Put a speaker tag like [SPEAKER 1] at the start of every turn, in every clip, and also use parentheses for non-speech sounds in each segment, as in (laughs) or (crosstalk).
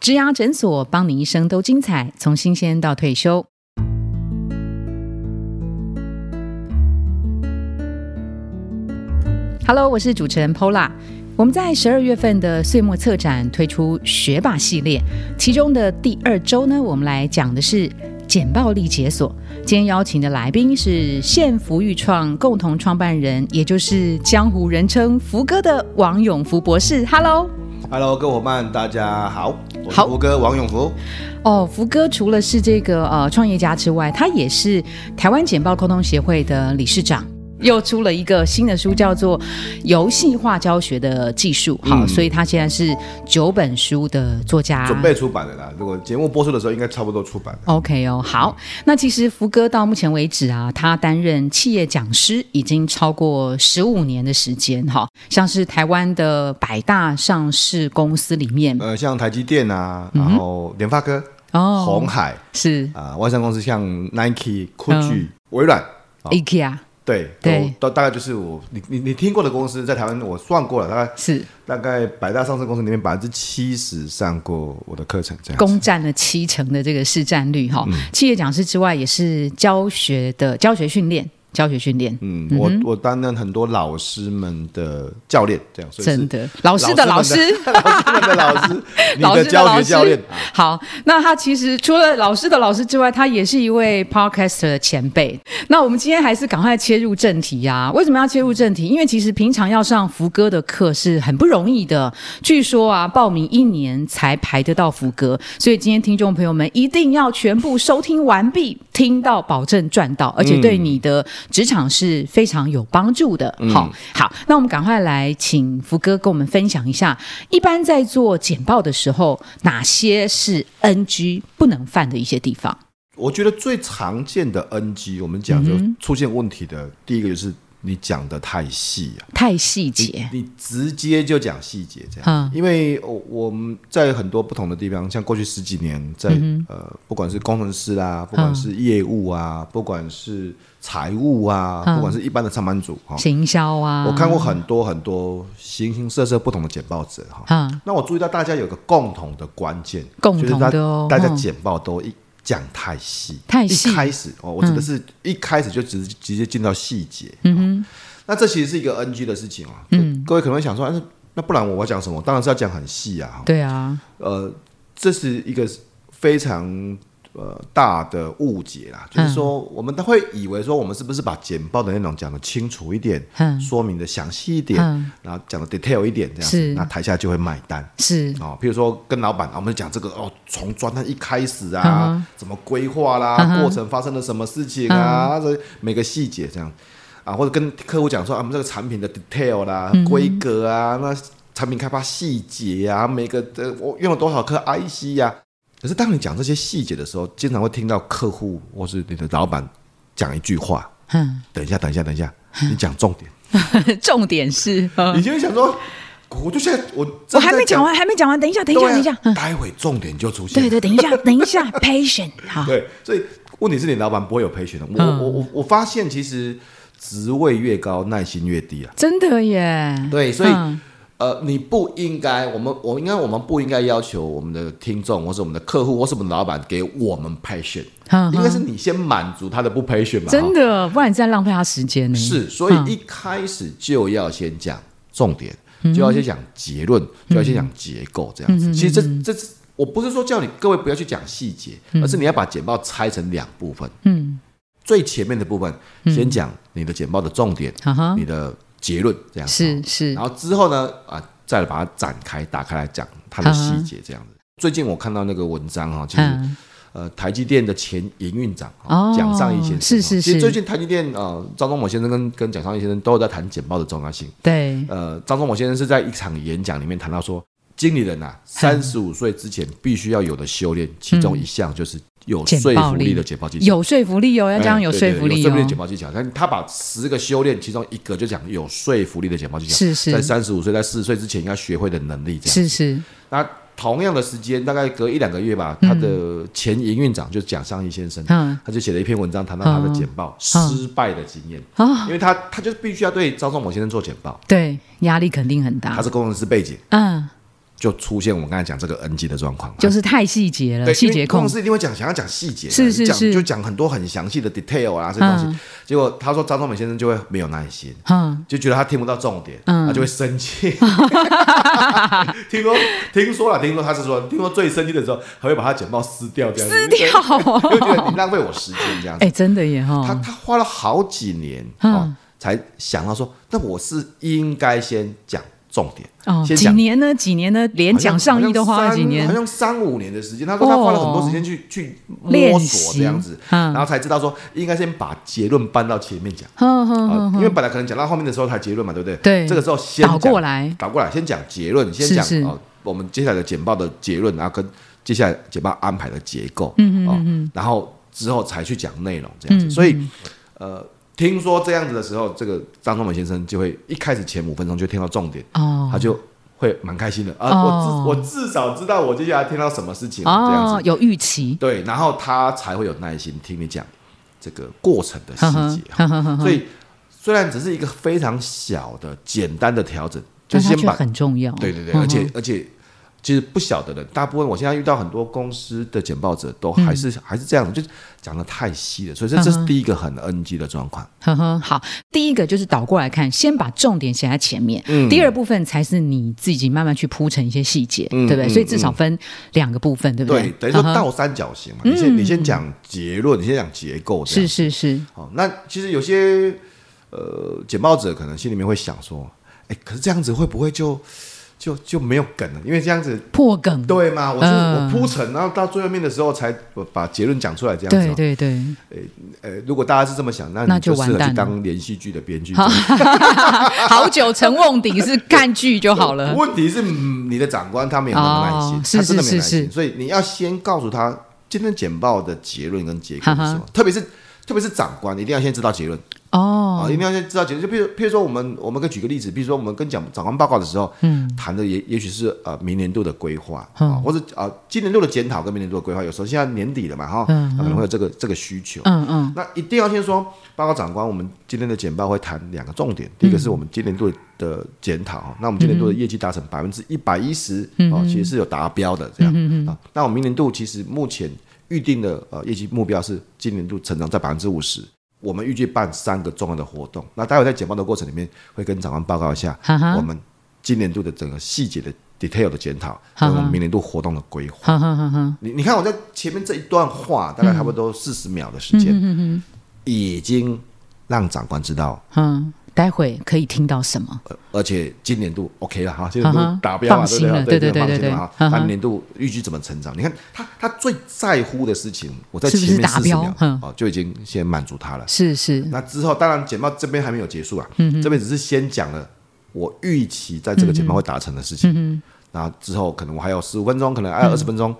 [SPEAKER 1] 植牙诊所，帮你一生都精彩，从新鲜到退休。Hello，我是主持人 Pola。我们在十二月份的岁末策展推出学霸系列，其中的第二周呢，我们来讲的是简暴力解锁。今天邀请的来宾是县福育创共同创办人，也就是江湖人称福哥的王永福博士。Hello。
[SPEAKER 2] Hello，各位伙伴，大家好，我是
[SPEAKER 1] 好
[SPEAKER 2] 胡哥王永福。
[SPEAKER 1] 哦，福哥除了是这个呃创业家之外，他也是台湾简报沟通协会的理事长。又出了一个新的书，叫做《游戏化教学的技术》。
[SPEAKER 2] 嗯
[SPEAKER 1] 好，所以他现在是九本书的作家。
[SPEAKER 2] 准备出版了啦，如果节目播出的时候，应该差不多出版了。
[SPEAKER 1] OK 哦，好。那其实福哥到目前为止啊，他担任企业讲师已经超过十五年的时间哈，像是台湾的百大上市公司里面
[SPEAKER 2] 呃，像台积电啊，然后联发科、
[SPEAKER 1] 嗯哦，
[SPEAKER 2] 呃红海
[SPEAKER 1] 是
[SPEAKER 2] 啊、外商公司像 Nike、Gucci、微软，哦
[SPEAKER 1] IKEA
[SPEAKER 2] 对，
[SPEAKER 1] 嗯对
[SPEAKER 2] 都，都大概就是我你你你听过的公司，在台湾我算过了，大概
[SPEAKER 1] 是
[SPEAKER 2] 大概百大上市公司里面百分之七十上过我的课程，这样子。
[SPEAKER 1] 攻占了七成的这个市占率
[SPEAKER 2] 嗯
[SPEAKER 1] 哈、企业讲师之外，也是教学的教学训练，教学训练，
[SPEAKER 2] 嗯，我我担任很多老师们的教练，这样，所以是
[SPEAKER 1] 真的老师的老师。
[SPEAKER 2] 们的 (laughs) 老师们的
[SPEAKER 1] (laughs)
[SPEAKER 2] 老师，你
[SPEAKER 1] 老
[SPEAKER 2] 的
[SPEAKER 1] 师
[SPEAKER 2] 教
[SPEAKER 1] 老
[SPEAKER 2] 学
[SPEAKER 1] 师
[SPEAKER 2] 教练，啊
[SPEAKER 1] 好，那他其实除了老师的老师之外，他也是一位 podcaster 的前辈。那我们今天还是赶快切入正题呀、为什么要切入正题？因为其实平常要上福哥的课是很不容易的，据说啊，报名一年才排得到福哥，所以今天听众朋友们一定要全部收听完毕，听到保证赚到，而且对你的职场是非常有帮助的。
[SPEAKER 2] 嗯
[SPEAKER 1] 好，好，那我们赶快来请福哥跟我们分享一下，一般在做简报的时候，哪些是 NG 不能犯的一些地方？
[SPEAKER 2] 我觉得最常见的 NG，我们讲
[SPEAKER 1] 嗯
[SPEAKER 2] 就出现问题的、第一个就是你讲的太细啊，
[SPEAKER 1] 太细节，
[SPEAKER 2] 你直接就讲细节这样。
[SPEAKER 1] 嗯
[SPEAKER 2] 因为我我们在很多不同的地方，像过去十几年在，
[SPEAKER 1] 嗯
[SPEAKER 2] 呃，不管是工程师啦，不管是业务啊，不管是财务啊，
[SPEAKER 1] 嗯
[SPEAKER 2] 不管是一般的上班族哈、
[SPEAKER 1] 行销啊，
[SPEAKER 2] 嗯我看过很多很多形形色色不同的简报者哈。
[SPEAKER 1] 啊，
[SPEAKER 2] 那我注意到大家有个共同的关键，
[SPEAKER 1] 共同的
[SPEAKER 2] 就是
[SPEAKER 1] 哦
[SPEAKER 2] 大大家
[SPEAKER 1] 嗯
[SPEAKER 2] 简报都一讲太细，
[SPEAKER 1] 太细嗯
[SPEAKER 2] 一开始哦，我指的是一开始就直直接进到细节。嗯那这其实是一个 NG 的事情哦。嗯，各位可能会想说，啊那那不然我要讲什么？当然是要讲很细啊。
[SPEAKER 1] 对啊，
[SPEAKER 2] 呃，这是一个非常。呃，大的误解
[SPEAKER 1] 嗯
[SPEAKER 2] 啦，就是说，我们都会以为说，我们是不是把简报的内容讲得清楚一点，
[SPEAKER 1] 嗯
[SPEAKER 2] 说明的详细一点，
[SPEAKER 1] 嗯
[SPEAKER 2] 然后讲的 detail 一点，这样
[SPEAKER 1] 是
[SPEAKER 2] 子，那台下就会买单。
[SPEAKER 1] 是
[SPEAKER 2] 哦，譬如说跟老板，啊我们讲这个哦，从专案一开始啊，
[SPEAKER 1] 嗯
[SPEAKER 2] 怎么规划啦，
[SPEAKER 1] 嗯哼嗯
[SPEAKER 2] 过程发生了什么事情啊，这、每个细节这样啊，或者跟客户讲说啊，我们这个产品的 detail 啦、
[SPEAKER 1] 嗯
[SPEAKER 2] 规格啊，那产品开发细节啊，每个呃我用了多少颗 IC 呀、可是当你讲这些细节的时候，经常会听到客户或是你的老板讲一句话
[SPEAKER 1] 嗯，：“
[SPEAKER 2] 等一下，等一下，等一下，你讲重点。
[SPEAKER 1] (laughs) 重点是，哦
[SPEAKER 2] 你就会想说，我就现在我
[SPEAKER 1] 嗯我
[SPEAKER 2] 正
[SPEAKER 1] 还
[SPEAKER 2] 在
[SPEAKER 1] 没讲完，还没讲完，等一下，等一下，
[SPEAKER 2] 对啊
[SPEAKER 1] 等一下，嗯，
[SPEAKER 2] 待会重点就出现
[SPEAKER 1] 对
[SPEAKER 2] 了。
[SPEAKER 1] 对，等一
[SPEAKER 2] (laughs)
[SPEAKER 1] 下，等一下，patient，好，
[SPEAKER 2] 对，所以问题是你老板不会有培训的。我、
[SPEAKER 1] 嗯
[SPEAKER 2] 我我我发现其实职位越高，耐心越低啊。
[SPEAKER 1] 真的耶，
[SPEAKER 2] 对，所以、
[SPEAKER 1] 嗯
[SPEAKER 2] 呃，你不应该，我们我应该我们不应该要求我们的听众或是我们的客户或是我们的老板给我们培训，
[SPEAKER 1] 嗯
[SPEAKER 2] 应该是你先满足他的不培训吧？
[SPEAKER 1] 真
[SPEAKER 2] 的
[SPEAKER 1] 的，嗯不然你在浪费他时间呢。
[SPEAKER 2] 是，所以一开始就要先讲重点，
[SPEAKER 1] 嗯
[SPEAKER 2] 就要先讲结论，就要先讲结构这样子。其实
[SPEAKER 1] 嗯
[SPEAKER 2] 这这。我不是说叫你各位不要去讲细节，而是你要把简报拆成两部分。
[SPEAKER 1] 嗯，
[SPEAKER 2] 最前面的部分，先讲你的简报的重点，
[SPEAKER 1] 啊哈
[SPEAKER 2] 你，的结论这样子
[SPEAKER 1] 是
[SPEAKER 2] 哦
[SPEAKER 1] 是
[SPEAKER 2] 然，后之后呢，啊，再把它展开打开来讲它的细节这样
[SPEAKER 1] 啊
[SPEAKER 2] 子。最近我看到那个文章哈、哦，其实、
[SPEAKER 1] 嗯
[SPEAKER 2] 呃，台积电的前营运长
[SPEAKER 1] 哦
[SPEAKER 2] 哦蒋、尚义先生哦，
[SPEAKER 1] 是是是
[SPEAKER 2] 其实最近台积电呃，张忠谋先生跟跟蒋尚义先生都有在谈简报的重要性。
[SPEAKER 1] 对，
[SPEAKER 2] 呃，张忠谋先生是在一场演讲里面谈到说，经理人啊，三十五岁之前必须要有的修炼，其中一项就是有
[SPEAKER 1] 嗯简
[SPEAKER 2] 说
[SPEAKER 1] 报
[SPEAKER 2] 服
[SPEAKER 1] 力
[SPEAKER 2] 力的简报技巧。
[SPEAKER 1] 有说服力哦，要这样
[SPEAKER 2] 哎
[SPEAKER 1] 有
[SPEAKER 2] 对
[SPEAKER 1] 说
[SPEAKER 2] 对
[SPEAKER 1] 服力
[SPEAKER 2] 有说服
[SPEAKER 1] 哦
[SPEAKER 2] 力的，简报技巧。但他把十个修炼，其中一个就讲有说服力的简报技巧，
[SPEAKER 1] 是是
[SPEAKER 2] 在三十五岁、在四十岁之前要学会的能力。这样，
[SPEAKER 1] 是是，
[SPEAKER 2] 那同样的时间，大概隔一两个月吧，他的前营运长就是蒋尚义先生，
[SPEAKER 1] 嗯
[SPEAKER 2] 他就写了一篇文章，谈到他的简报失败的经验，
[SPEAKER 1] 啊，
[SPEAKER 2] 因为他他就必须要对张仲谋先生做简报，
[SPEAKER 1] 对，压力肯定很
[SPEAKER 2] 他
[SPEAKER 1] 大
[SPEAKER 2] 是，工程师背景，
[SPEAKER 1] 嗯，
[SPEAKER 2] 就出现我们刚才讲这个 NG 的状况，
[SPEAKER 1] 就是太细节了，
[SPEAKER 2] 对，
[SPEAKER 1] 细
[SPEAKER 2] 因
[SPEAKER 1] 节
[SPEAKER 2] 为通
[SPEAKER 1] 控
[SPEAKER 2] 常。是一定会讲想要讲细节嘛，啊
[SPEAKER 1] 是是
[SPEAKER 2] 讲
[SPEAKER 1] 是
[SPEAKER 2] 就讲很多很详细的 detail 啊这些东西。
[SPEAKER 1] 嗯
[SPEAKER 2] 结果他说张忠美先生就会没有耐心，
[SPEAKER 1] 嗯，
[SPEAKER 2] 就觉得他听不到重点，
[SPEAKER 1] 嗯
[SPEAKER 2] 他就会
[SPEAKER 1] (laughs)
[SPEAKER 2] 生气。听说听说了，听说他是说，听说最生气的时候还会把他简报撕掉，这样
[SPEAKER 1] 撕
[SPEAKER 2] 子，
[SPEAKER 1] 掉哦。
[SPEAKER 2] 因为觉得你浪费我时间这样子。
[SPEAKER 1] 哎，真的耶
[SPEAKER 2] 他
[SPEAKER 1] 哈。
[SPEAKER 2] 他花了好几年
[SPEAKER 1] 嗯
[SPEAKER 2] 哦，才想到说，那我是应该先讲重点，
[SPEAKER 1] 哦，
[SPEAKER 2] 先
[SPEAKER 1] 几
[SPEAKER 2] 讲
[SPEAKER 1] 年呢？几年呢？连讲上亿都花了几
[SPEAKER 2] 好
[SPEAKER 1] 年。
[SPEAKER 2] 像三五年的时间。他说他花了很多时间去、去摸
[SPEAKER 1] 哦练
[SPEAKER 2] 索
[SPEAKER 1] 习
[SPEAKER 2] 这样子，
[SPEAKER 1] 嗯
[SPEAKER 2] 然后才知道说应该先把结论搬到前面讲。
[SPEAKER 1] 哼哼
[SPEAKER 2] 啊
[SPEAKER 1] 哼，
[SPEAKER 2] 因为本来可能讲到后面的时候才结论嘛，对不对？
[SPEAKER 1] 嗯对
[SPEAKER 2] 这个时候先
[SPEAKER 1] 倒
[SPEAKER 2] 讲
[SPEAKER 1] 过来
[SPEAKER 2] 倒过来先讲结论，先讲
[SPEAKER 1] 是是
[SPEAKER 2] 哦，我们接下来的简报的结论，然后跟接下来简报安排的结构，嗯嗯嗯，然后之后才去讲内容这样子。
[SPEAKER 1] 嗯
[SPEAKER 2] 所以，呃，听说这样子的时候，这个张忠谋先生就会一开始前五分钟就听到重点，
[SPEAKER 1] 哦
[SPEAKER 2] 他就会蛮开心的啊，
[SPEAKER 1] 哦
[SPEAKER 2] 我至我至少知道我接下来听到什么事情了这样
[SPEAKER 1] 哦
[SPEAKER 2] 子，，
[SPEAKER 1] 有预期。
[SPEAKER 2] 对，然后他才会有耐心听你讲这个过程的细
[SPEAKER 1] 呵呵
[SPEAKER 2] 节。
[SPEAKER 1] 呵呵呵呵
[SPEAKER 2] 所以虽然只是一个非常小的、简单的调整，就
[SPEAKER 1] 但他
[SPEAKER 2] 先
[SPEAKER 1] 觉得
[SPEAKER 2] 把
[SPEAKER 1] 很重要。
[SPEAKER 2] 对对对，
[SPEAKER 1] 嗯
[SPEAKER 2] 而且而且其实不小的人，大部分我现在遇到很多公司的简报者都还是、还是这样，就是讲的太细了，所以这这
[SPEAKER 1] 嗯
[SPEAKER 2] 是
[SPEAKER 1] 哼
[SPEAKER 2] 第一个很 NG 的状况。
[SPEAKER 1] 呵呵，好，第一个就是倒过来看，先把重点写在前面，
[SPEAKER 2] 嗯
[SPEAKER 1] 第二部分才是你自己慢慢去铺成一些细节，
[SPEAKER 2] 嗯
[SPEAKER 1] 对不对？
[SPEAKER 2] 嗯
[SPEAKER 1] 所以至少分两个部分，对不嗯
[SPEAKER 2] 对，等于说
[SPEAKER 1] 呵呵
[SPEAKER 2] 倒三角形嘛，你先你先讲结论，你先讲结构，这
[SPEAKER 1] 是是
[SPEAKER 2] 样
[SPEAKER 1] 是，
[SPEAKER 2] 好，那其实有些呃简报者可能心里面会想说，哎，可是这样子会不会就就就没有梗了？因为这样子
[SPEAKER 1] 破梗，
[SPEAKER 2] 对嘛，我就、
[SPEAKER 1] 嗯
[SPEAKER 2] 我铺陈，然后到最后面的时候才把结论讲出来，这样子、
[SPEAKER 1] 对
[SPEAKER 2] 哦。
[SPEAKER 1] 对对， (laughs)
[SPEAKER 2] 呃，如果大家是这么想，那
[SPEAKER 1] 那
[SPEAKER 2] 你
[SPEAKER 1] 就
[SPEAKER 2] 适合
[SPEAKER 1] 完蛋了
[SPEAKER 2] 去当连续剧的编剧。
[SPEAKER 1] 好久成瓮底是看剧就 (laughs) 好
[SPEAKER 2] (laughs)
[SPEAKER 1] 了，
[SPEAKER 2] 问题是、嗯你的长官他没有那么耐心，
[SPEAKER 1] 哦是
[SPEAKER 2] 他真的没有耐
[SPEAKER 1] 是是
[SPEAKER 2] 心，
[SPEAKER 1] 是
[SPEAKER 2] 所以你要先告诉他今天简报的结论跟结果是什
[SPEAKER 1] 哈
[SPEAKER 2] 么，特别是。特别是长官，一定要先知道结论啊、
[SPEAKER 1] 哦
[SPEAKER 2] 一定要先知道结论。就譬如，譬如说，我们我们可以举个例子，比如说，我们跟讲长官报告的时候，嗯，谈的也也许是呃明年度的规划啊、或者啊、今年度的检讨跟明年度的规划，有时候现在年底了嘛，哈、啊
[SPEAKER 1] 嗯
[SPEAKER 2] 可能会有这个这个需求，
[SPEAKER 1] 嗯嗯，
[SPEAKER 2] 那一定要先说，报告长官，我们今天的简报会谈两个重点，第一个是我们今年度的检讨，
[SPEAKER 1] 嗯
[SPEAKER 2] 哈那我们今年度的业绩达成百分之一百一十，哦，其实是有达标的这样
[SPEAKER 1] 嗯
[SPEAKER 2] 啊。那我们明年度其实目前预定的呃业绩目标是今年度成长在百分之五十。我们预计办三个重要的活动，那待会在简报的过程里面会跟长官报告一下
[SPEAKER 1] 哈哈
[SPEAKER 2] 我们今年度的整个细节的 detail 的检讨，
[SPEAKER 1] 哈
[SPEAKER 2] 跟
[SPEAKER 1] 哈
[SPEAKER 2] 我们明年度活动的规
[SPEAKER 1] 哈
[SPEAKER 2] 划。
[SPEAKER 1] 哈哈哈，
[SPEAKER 2] 你你看我在前面这一段话，大概差不
[SPEAKER 1] 嗯
[SPEAKER 2] 多四十秒的时间，已经让长官知道，
[SPEAKER 1] 嗯，待会可以听到什么？
[SPEAKER 2] 呃而且今年度 OK 了哈，今
[SPEAKER 1] 嗯
[SPEAKER 2] 年
[SPEAKER 1] 哼
[SPEAKER 2] 度达标
[SPEAKER 1] 放
[SPEAKER 2] 了，
[SPEAKER 1] 心
[SPEAKER 2] 对
[SPEAKER 1] 了
[SPEAKER 2] 不
[SPEAKER 1] 对
[SPEAKER 2] 对
[SPEAKER 1] 对
[SPEAKER 2] 放
[SPEAKER 1] 对
[SPEAKER 2] 心了
[SPEAKER 1] 对
[SPEAKER 2] 哈。
[SPEAKER 1] 嗯哼
[SPEAKER 2] 他年度预计怎么成长？你看他他最在乎的事情，我在
[SPEAKER 1] 是不是
[SPEAKER 2] 前面
[SPEAKER 1] 达
[SPEAKER 2] 四十
[SPEAKER 1] 标
[SPEAKER 2] 秒
[SPEAKER 1] 嗯
[SPEAKER 2] 哦就已经先满足他了。
[SPEAKER 1] 是是，
[SPEAKER 2] 那之后，当然简报这边还没有结束啊，
[SPEAKER 1] 嗯
[SPEAKER 2] 这边只是先讲了我预期在这个简报会达成的事
[SPEAKER 1] 嗯
[SPEAKER 2] 情。那之后可能我还有十五分钟，可能还有二十分钟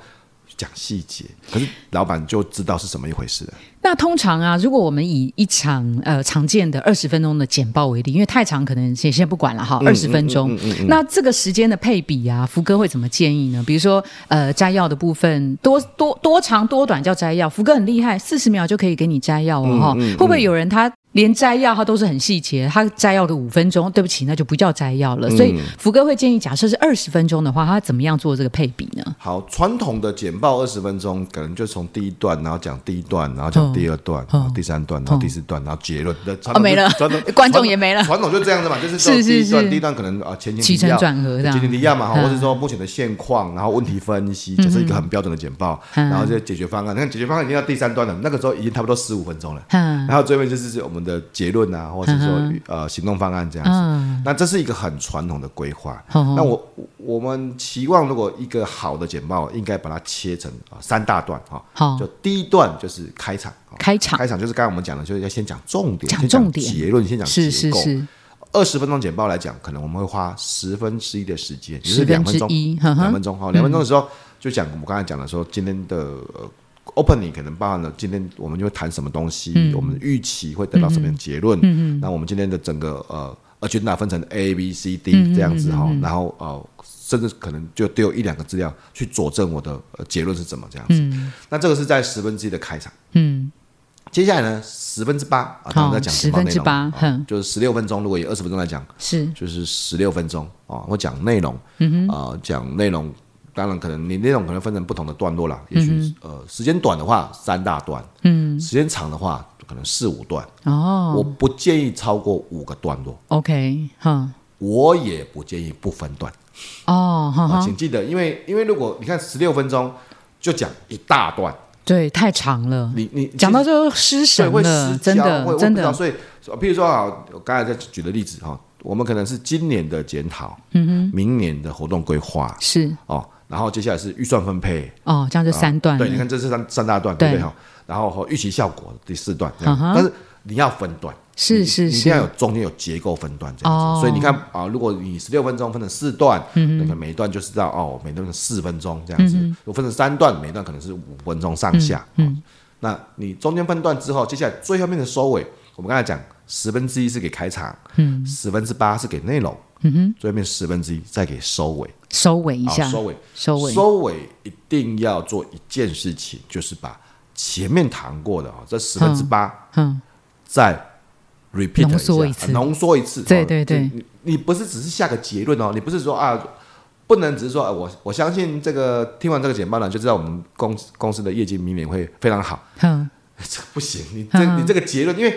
[SPEAKER 2] 讲细节，可是老板就知道是什么一回事了。
[SPEAKER 1] 那通常啊，如果我们以一场呃常见的二十分钟的简报为例，因为太长可能先先不管了哈，二十分钟。那这个时间的配比啊，福哥会怎么建议呢？比如说呃摘要的部分，多多多长多短叫摘要？福哥很厉害，四十秒就可以给你摘要哦哈、会不会有人他？连摘要他都是很细节，他摘要个五分钟，对不起，那就不叫摘要了。所以福哥会建议，假设是二十分钟的话，他怎么样做这个配比呢？
[SPEAKER 2] 好，传统的简报二十分钟，可能就从第一段，然后讲第一段，然后讲第二段，然后第三段，然后第四段，然后结论。那传统
[SPEAKER 1] 哦没了
[SPEAKER 2] 传统
[SPEAKER 1] 观众也没了
[SPEAKER 2] 传统就这样子嘛，就是
[SPEAKER 1] 是
[SPEAKER 2] 说第
[SPEAKER 1] 是
[SPEAKER 2] 一
[SPEAKER 1] 是
[SPEAKER 2] 段，第一段可能啊前情
[SPEAKER 1] 起
[SPEAKER 2] 提
[SPEAKER 1] 承
[SPEAKER 2] 要，
[SPEAKER 1] 转合这样
[SPEAKER 2] 前情提要嘛，
[SPEAKER 1] 嗯
[SPEAKER 2] 哈或者说目前的现况，然后问题分析，这是一个很标准的简报，
[SPEAKER 1] 嗯
[SPEAKER 2] 然后就解决方案。你看解决方案已经到第三段了，那个时候已经差不多十五分钟了。
[SPEAKER 1] 嗯
[SPEAKER 2] 然后最后面就是我们的结论啊，或者是说
[SPEAKER 1] 嗯
[SPEAKER 2] 呃行动方案这样子。
[SPEAKER 1] 嗯，
[SPEAKER 2] 那这是一个很传统的规划。
[SPEAKER 1] 哦
[SPEAKER 2] 那我我们期望，如果一个好的简报，应该把它切成啊三大段哈。
[SPEAKER 1] 好
[SPEAKER 2] 就，第一段就是开场，啊
[SPEAKER 1] 哦开场
[SPEAKER 2] 开场就是刚才我们讲的，就是要先讲重点，
[SPEAKER 1] 讲
[SPEAKER 2] 先
[SPEAKER 1] 重点
[SPEAKER 2] 结论，先讲
[SPEAKER 1] 是
[SPEAKER 2] 结
[SPEAKER 1] 是
[SPEAKER 2] 构。
[SPEAKER 1] 是。
[SPEAKER 2] 二十分钟简报来讲，可能我们会花十分之一的时间，也就
[SPEAKER 1] 十
[SPEAKER 2] 是
[SPEAKER 1] 分
[SPEAKER 2] 两
[SPEAKER 1] 之
[SPEAKER 2] 分钟，
[SPEAKER 1] 一，呵嗯
[SPEAKER 2] 两
[SPEAKER 1] 呵
[SPEAKER 2] 分钟哈，两分钟的时候就讲我们刚才讲的说，今天的呃 opening 可能包含了今天我们就会谈什么东西，
[SPEAKER 1] 嗯
[SPEAKER 2] 我们预期会得到什么样的结论，那我们今天的整个呃 agenda 分成 A B C
[SPEAKER 1] 嗯
[SPEAKER 2] D 这样子哈，然后呃甚至可能就丢一两个资料去佐证我的呃结论是怎么这样子，那这个是在十分之一的开场，
[SPEAKER 1] 嗯，
[SPEAKER 2] 接下来呢，十分之八啊，刚刚在讲
[SPEAKER 1] 十
[SPEAKER 2] 情报
[SPEAKER 1] 分
[SPEAKER 2] 内
[SPEAKER 1] 之
[SPEAKER 2] 容，
[SPEAKER 1] 八，
[SPEAKER 2] 啊
[SPEAKER 1] 哼，
[SPEAKER 2] 就是十六分钟，如果有二十分钟来讲，
[SPEAKER 1] 是
[SPEAKER 2] 就是十六分钟哦，我讲内容，嗯啊，讲内容，当然可能你内容可能分成不同的段落
[SPEAKER 1] 嗯
[SPEAKER 2] 啦，也许呃时间短的话三大段，嗯，时间长的话可能四五段，
[SPEAKER 1] 哦
[SPEAKER 2] 我不建议超过五个段落，
[SPEAKER 1] ，OK，哼，
[SPEAKER 2] 我也不建议不分段
[SPEAKER 1] 哦，哈
[SPEAKER 2] 啊，
[SPEAKER 1] 哈，
[SPEAKER 2] 请记得，因为因为如果你看十六分钟就讲一大段，
[SPEAKER 1] 对，太长了，
[SPEAKER 2] 你你
[SPEAKER 1] 讲到就失
[SPEAKER 2] 对，
[SPEAKER 1] 神
[SPEAKER 2] 会
[SPEAKER 1] 了，
[SPEAKER 2] 失
[SPEAKER 1] 真
[SPEAKER 2] 焦，会
[SPEAKER 1] 的
[SPEAKER 2] 会
[SPEAKER 1] 真
[SPEAKER 2] 不知道
[SPEAKER 1] 的，
[SPEAKER 2] 所以，譬如说啊，我刚才在举的例子哈，我们可能是今年的检讨，嗯哼，明年的活动规划
[SPEAKER 1] 是
[SPEAKER 2] 哦，然后接下来是预算分配，
[SPEAKER 1] 哦，这样就三段
[SPEAKER 2] 啊对，你
[SPEAKER 1] 了，
[SPEAKER 2] 看这是三三大段，对不对
[SPEAKER 1] 对
[SPEAKER 2] 哈？然后和预期效果第四段，这样
[SPEAKER 1] 嗯哼
[SPEAKER 2] 但是你要分段。
[SPEAKER 1] 是
[SPEAKER 2] 你
[SPEAKER 1] 是
[SPEAKER 2] 你一定要
[SPEAKER 1] 是，
[SPEAKER 2] 有中间有结构分段这样子。
[SPEAKER 1] 哦嗯
[SPEAKER 2] 所以你看啊，如果你十六分钟分成四段，那个每一段就知道哦，每段是四分钟这样子。如果分成三段，每段可能是五分钟上下。嗯，那你中间分段之后，接下来最后面的收尾，我们刚才讲十分之一是给开场，嗯，十分之八是给内容，嗯哼，最后面十分之一再给收尾，
[SPEAKER 1] 收尾一
[SPEAKER 2] 好
[SPEAKER 1] 下，
[SPEAKER 2] 啊收尾，
[SPEAKER 1] 收尾，
[SPEAKER 2] 收尾一定要做一件事情，就是把前面谈过的啊、哦，这十分之八。
[SPEAKER 1] 嗯，
[SPEAKER 2] 再 repeat
[SPEAKER 1] 浓缩
[SPEAKER 2] 一
[SPEAKER 1] 一
[SPEAKER 2] 下
[SPEAKER 1] 次
[SPEAKER 2] 浓缩一次。
[SPEAKER 1] 对
[SPEAKER 2] 哦
[SPEAKER 1] 对对
[SPEAKER 2] 你你不是只是下个结论哦，你不是说啊，不能只是说，啊、我我相信这个听完这个简报呢，就知道我们公司公司的业绩明年会非常好。 (laughs)
[SPEAKER 1] 哼，
[SPEAKER 2] 这不行，你这
[SPEAKER 1] 嗯
[SPEAKER 2] 你这个结论，因为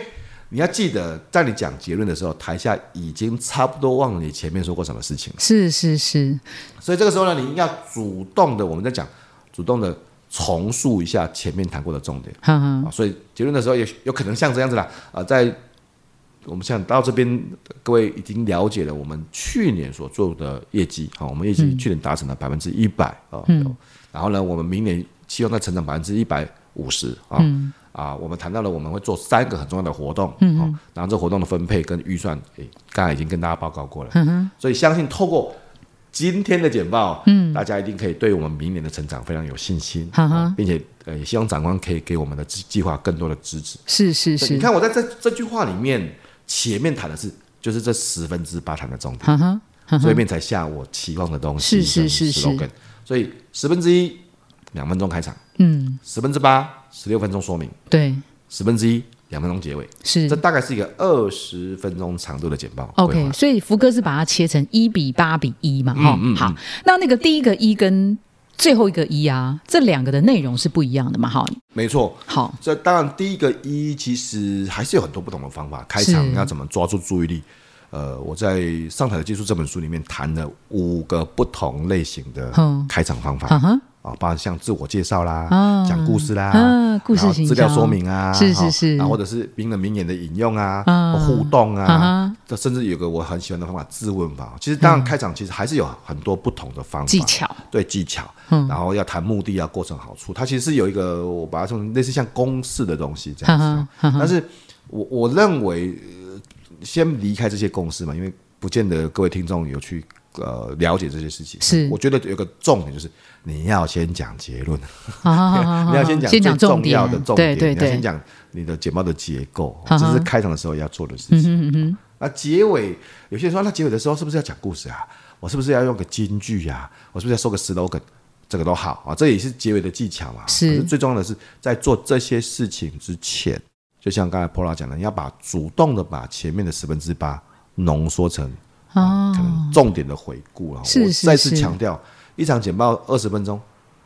[SPEAKER 2] 你要记得，在你讲结论的时候，台下已经差不多忘了你前面说过什么事情了，
[SPEAKER 1] 是是是，
[SPEAKER 2] 所以这个时候呢，你要主动的，我们在讲主动的重述一下前面谈过的重点。
[SPEAKER 1] 哼哼，
[SPEAKER 2] 啊，所以结论的时候也有可能像这样子啦，啊，在我们想到这边，各位已经了解了我们去年所做的业绩，好、我们业绩去年达成了百分之一百啊，有然后呢，我们明年希望再成长百分之一百五十啊。啊，我们谈到了我们会做三个很重要的活动，嗯、哦，然后这活动的分配跟预算，诶，刚才已经跟大家报告过了，嗯、所以相信透过今天的简报，嗯，大家一定可以对我们明年的成长非常有信心，
[SPEAKER 1] 哈哈
[SPEAKER 2] 啊并且呃，也希望长官可以给我们的计计划更多的支持。
[SPEAKER 1] 是是
[SPEAKER 2] 对你
[SPEAKER 1] 是，
[SPEAKER 2] 看我在这这句话里面，前面谈的是就是这十分之八谈的重点，
[SPEAKER 1] 哼嗯哼，
[SPEAKER 2] 所以面才下我期望的东西，
[SPEAKER 1] 是是是是
[SPEAKER 2] slogan。所以十分之一两分钟开场，
[SPEAKER 1] 嗯，
[SPEAKER 2] 十分之八十六分钟说明，
[SPEAKER 1] 对，
[SPEAKER 2] 十分之一两分钟结尾，
[SPEAKER 1] 是
[SPEAKER 2] 这大概是一个二十分钟长度的简报。规
[SPEAKER 1] 嗯 OK，
[SPEAKER 2] 划
[SPEAKER 1] 所以福哥是把它切成一比八比一
[SPEAKER 2] 嗯
[SPEAKER 1] 嘛，哈、好，那那个第一个一跟最后一个一啊，这两个的内容是不一样的嘛，哈，
[SPEAKER 2] 没错。
[SPEAKER 1] 好，
[SPEAKER 2] 这当然，第一个一其实还是有很多不同的方法，开场要怎么抓住注意力？呃，我在《上台的技术》这本书里面谈了五个不同类型的
[SPEAKER 1] 嗯
[SPEAKER 2] 开场方法
[SPEAKER 1] 嗯哼，
[SPEAKER 2] 啊，包含像自我介绍啦、
[SPEAKER 1] 嗯
[SPEAKER 2] 讲故事啦、
[SPEAKER 1] 嗯故事
[SPEAKER 2] 然后
[SPEAKER 1] 形
[SPEAKER 2] 资料
[SPEAKER 1] 象
[SPEAKER 2] 说明啊，
[SPEAKER 1] 是
[SPEAKER 2] 哈
[SPEAKER 1] 是是
[SPEAKER 2] 然后或者是名人名言的引用啊、
[SPEAKER 1] 嗯
[SPEAKER 2] 互动
[SPEAKER 1] 嗯
[SPEAKER 2] 啊
[SPEAKER 1] 哼，
[SPEAKER 2] 这甚至有个我很喜欢的方法——自问法。其实，当然开场其实还是有很多不同的方法
[SPEAKER 1] 嗯技巧，
[SPEAKER 2] 对技巧，然后要谈目的啊，过程好处，它其实是有一个我把它说成类似像公式的东西这样子哦。但是我我认为、呃先离开这些公式嘛，因为不见得各位听众有去呃了解这些事情。
[SPEAKER 1] 是
[SPEAKER 2] 我觉得有个重点就是你要先讲结论，啊
[SPEAKER 1] 好好好好好，
[SPEAKER 2] (laughs) 你要先讲
[SPEAKER 1] 先讲
[SPEAKER 2] 最重
[SPEAKER 1] 点
[SPEAKER 2] 要的重点，
[SPEAKER 1] 对对
[SPEAKER 2] 你要先
[SPEAKER 1] 对，
[SPEAKER 2] 讲你的简报的结构，
[SPEAKER 1] 嗯
[SPEAKER 2] 这
[SPEAKER 1] 哼
[SPEAKER 2] 是开场的时候要做的
[SPEAKER 1] 嗯
[SPEAKER 2] 事情。那结尾，有些人说，那结尾的时候是不是要讲故事啊？我是不是要用个金句呀、我是不是要说个 slogan？这个都好啊，这也是结尾的技巧嘛。
[SPEAKER 1] 是
[SPEAKER 2] 可最重要的是在做这些事情之前，就像刚才 Pola 讲的，你要把主动的把前面的十分之八浓缩成
[SPEAKER 1] 哦
[SPEAKER 2] 可，能重点的回顾了。
[SPEAKER 1] 是是
[SPEAKER 2] 我再次
[SPEAKER 1] 是
[SPEAKER 2] 强调，一场简报二十分钟，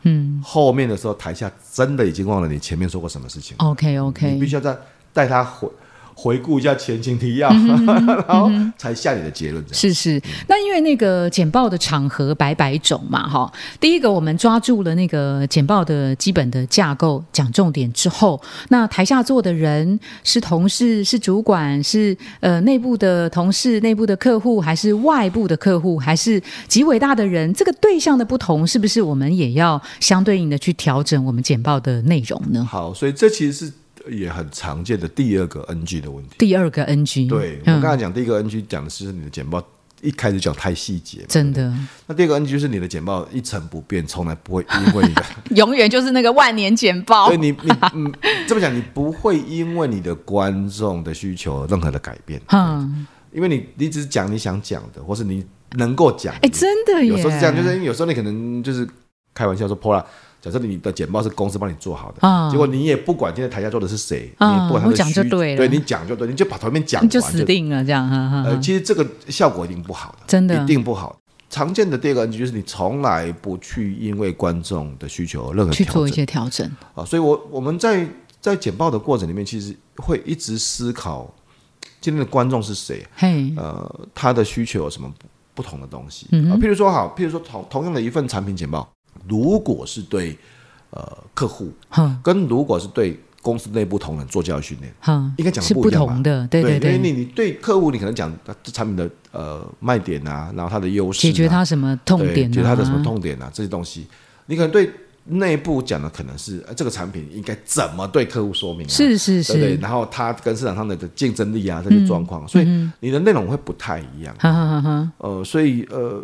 [SPEAKER 1] 嗯
[SPEAKER 2] 后面的时候台下真的已经忘了你前面说过什么事情了。
[SPEAKER 1] ，OK
[SPEAKER 2] 你必
[SPEAKER 1] OK，
[SPEAKER 2] 须要再带他回回顾一下前情提要，
[SPEAKER 1] 嗯
[SPEAKER 2] (laughs) 然后才下你的结论。这样
[SPEAKER 1] 是是，那因为那个简报的场合百百种嘛，哈。第一个，我们抓住了那个简报的基本的架构，讲重点之后，那台下坐的人是同事、是主管、是呃内部的同事、内部的客户，还是外部的客户，还是极伟大的人，这个对象的不同，是不是我们也要相对应的去调整我们简报的内容呢？
[SPEAKER 2] 好，所以这其实是也很常见的第二个 NG 的问题。
[SPEAKER 1] 第二个 NG，
[SPEAKER 2] 对我
[SPEAKER 1] 嗯
[SPEAKER 2] 刚，才讲第一个 NG 讲的是你的简报一开始讲太细节嘛，
[SPEAKER 1] 真的，
[SPEAKER 2] 那第二个 NG 就是你的简报一成不变，从来不会因为你的，
[SPEAKER 1] 永远就是那个万年简报
[SPEAKER 2] 所以，你你嗯这么讲，你不会因为你的观众的需求有任何的改变，
[SPEAKER 1] 嗯。
[SPEAKER 2] 因为你你只是讲你想讲的，或是你能够讲的。
[SPEAKER 1] 哎、真的耶！
[SPEAKER 2] 有时候是这样，就是因为有时候你可能就是开玩笑说 Pola 假设你的简报是公司帮你做好的，
[SPEAKER 1] 啊
[SPEAKER 2] 结果你也不管今天台下坐的是谁，
[SPEAKER 1] 啊
[SPEAKER 2] 你也不管他
[SPEAKER 1] 我
[SPEAKER 2] 的
[SPEAKER 1] 讲就
[SPEAKER 2] 需
[SPEAKER 1] 对了
[SPEAKER 2] 对你讲就对，你就把头面讲
[SPEAKER 1] 你
[SPEAKER 2] 完
[SPEAKER 1] 就死定了这样，哈哈
[SPEAKER 2] 呃，
[SPEAKER 1] 哈。
[SPEAKER 2] 其实这个效果一定不好的，
[SPEAKER 1] 真的
[SPEAKER 2] 一定不好。常见的第二个问题就是你从来不去因为观众的需求而任何
[SPEAKER 1] 去
[SPEAKER 2] 调
[SPEAKER 1] 做
[SPEAKER 2] 整
[SPEAKER 1] 一些调整，
[SPEAKER 2] 啊，所以我我们在在简报的过程里面，其实会一直思考今天的观众是谁，
[SPEAKER 1] 嘿，
[SPEAKER 2] 呃，他的需求有什么不不同的东西、
[SPEAKER 1] 嗯
[SPEAKER 2] 啊？譬如说，好，譬如说同同样的一份产品简报，如果是对呃客户，
[SPEAKER 1] 哼
[SPEAKER 2] 跟如果是对公司内部同仁做教育训练，
[SPEAKER 1] 哼，
[SPEAKER 2] 应该讲的
[SPEAKER 1] 是
[SPEAKER 2] 不一样吧
[SPEAKER 1] 同的，对对
[SPEAKER 2] 因为
[SPEAKER 1] 对，
[SPEAKER 2] 你你对客户，你可能讲呃这产品的呃卖点啊，然后它的优势、啊，
[SPEAKER 1] 解决他什么痛
[SPEAKER 2] 对
[SPEAKER 1] 点啊，
[SPEAKER 2] 解决它的什么痛点啊，这些东西，你可能对内部讲的可能是、呃、这个产品应该怎么对客户说明、啊，
[SPEAKER 1] 是是
[SPEAKER 2] 对不对？
[SPEAKER 1] 是，嗯
[SPEAKER 2] 然后它跟市场上的的竞争力啊这些状况，所以你的内容会不太一样。
[SPEAKER 1] 哈哈哈哈，
[SPEAKER 2] 呃，所以呃，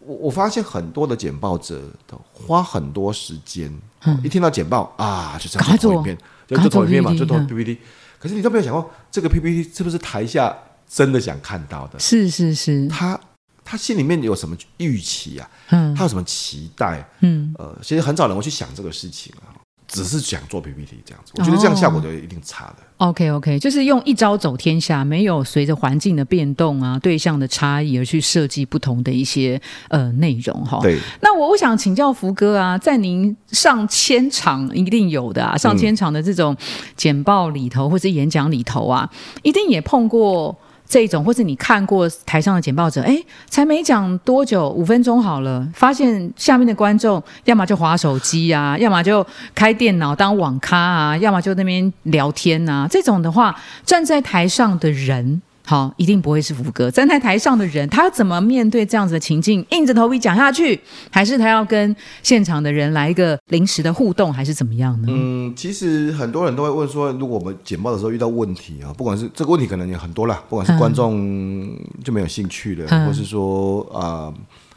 [SPEAKER 2] 我我发现很多的简报者都花很多时间，
[SPEAKER 1] 嗯
[SPEAKER 2] 哦一听到简报啊，就这
[SPEAKER 1] 赶快
[SPEAKER 2] 样就投
[SPEAKER 1] 做
[SPEAKER 2] 影片，就
[SPEAKER 1] 赶快
[SPEAKER 2] 就
[SPEAKER 1] 做
[SPEAKER 2] 投影片嘛，就
[SPEAKER 1] PPT，
[SPEAKER 2] 投
[SPEAKER 1] 嗯
[SPEAKER 2] PPT。可是你都没有想过，这个 PPT 是不是台下真的想看到的？
[SPEAKER 1] 是是是，
[SPEAKER 2] 他他心里面有什么预期啊？
[SPEAKER 1] 嗯
[SPEAKER 2] 他有什么期待？
[SPEAKER 1] 嗯，
[SPEAKER 2] 呃，其实很少人会去想这个事情啊，只是想做 PPT 这样子。我觉得
[SPEAKER 1] 哦
[SPEAKER 2] 这样效果就一定差的。
[SPEAKER 1] OK OK，就是用一招走天下，没有随着环境的变动啊、对象的差异而去设计不同的一些呃内容哈。
[SPEAKER 2] 对，
[SPEAKER 1] 那我我想请教福哥啊，在您上千场一定有的啊，上千场的这种简报里头或是演讲里头啊，一定也碰过这种，或是你看过台上的简报者，哎，才没讲多久，五分钟好了，发现下面的观众要么就划手机啊，要么就开电脑当网咖啊，要么就那边聊天啊，这种的话，站在台上的人。好，一定不会是福哥。站在台上的人，他怎么面对这样子的情境？硬着头皮讲下去，还是他要跟现场的人来一个临时的互动，还是怎么样呢？
[SPEAKER 2] 嗯，其实很多人都会问说，如果我们简报的时候遇到问题啊，不管是这个问题可能有很多啦，不管是观众就没有兴趣了，
[SPEAKER 1] 嗯
[SPEAKER 2] 或是说呃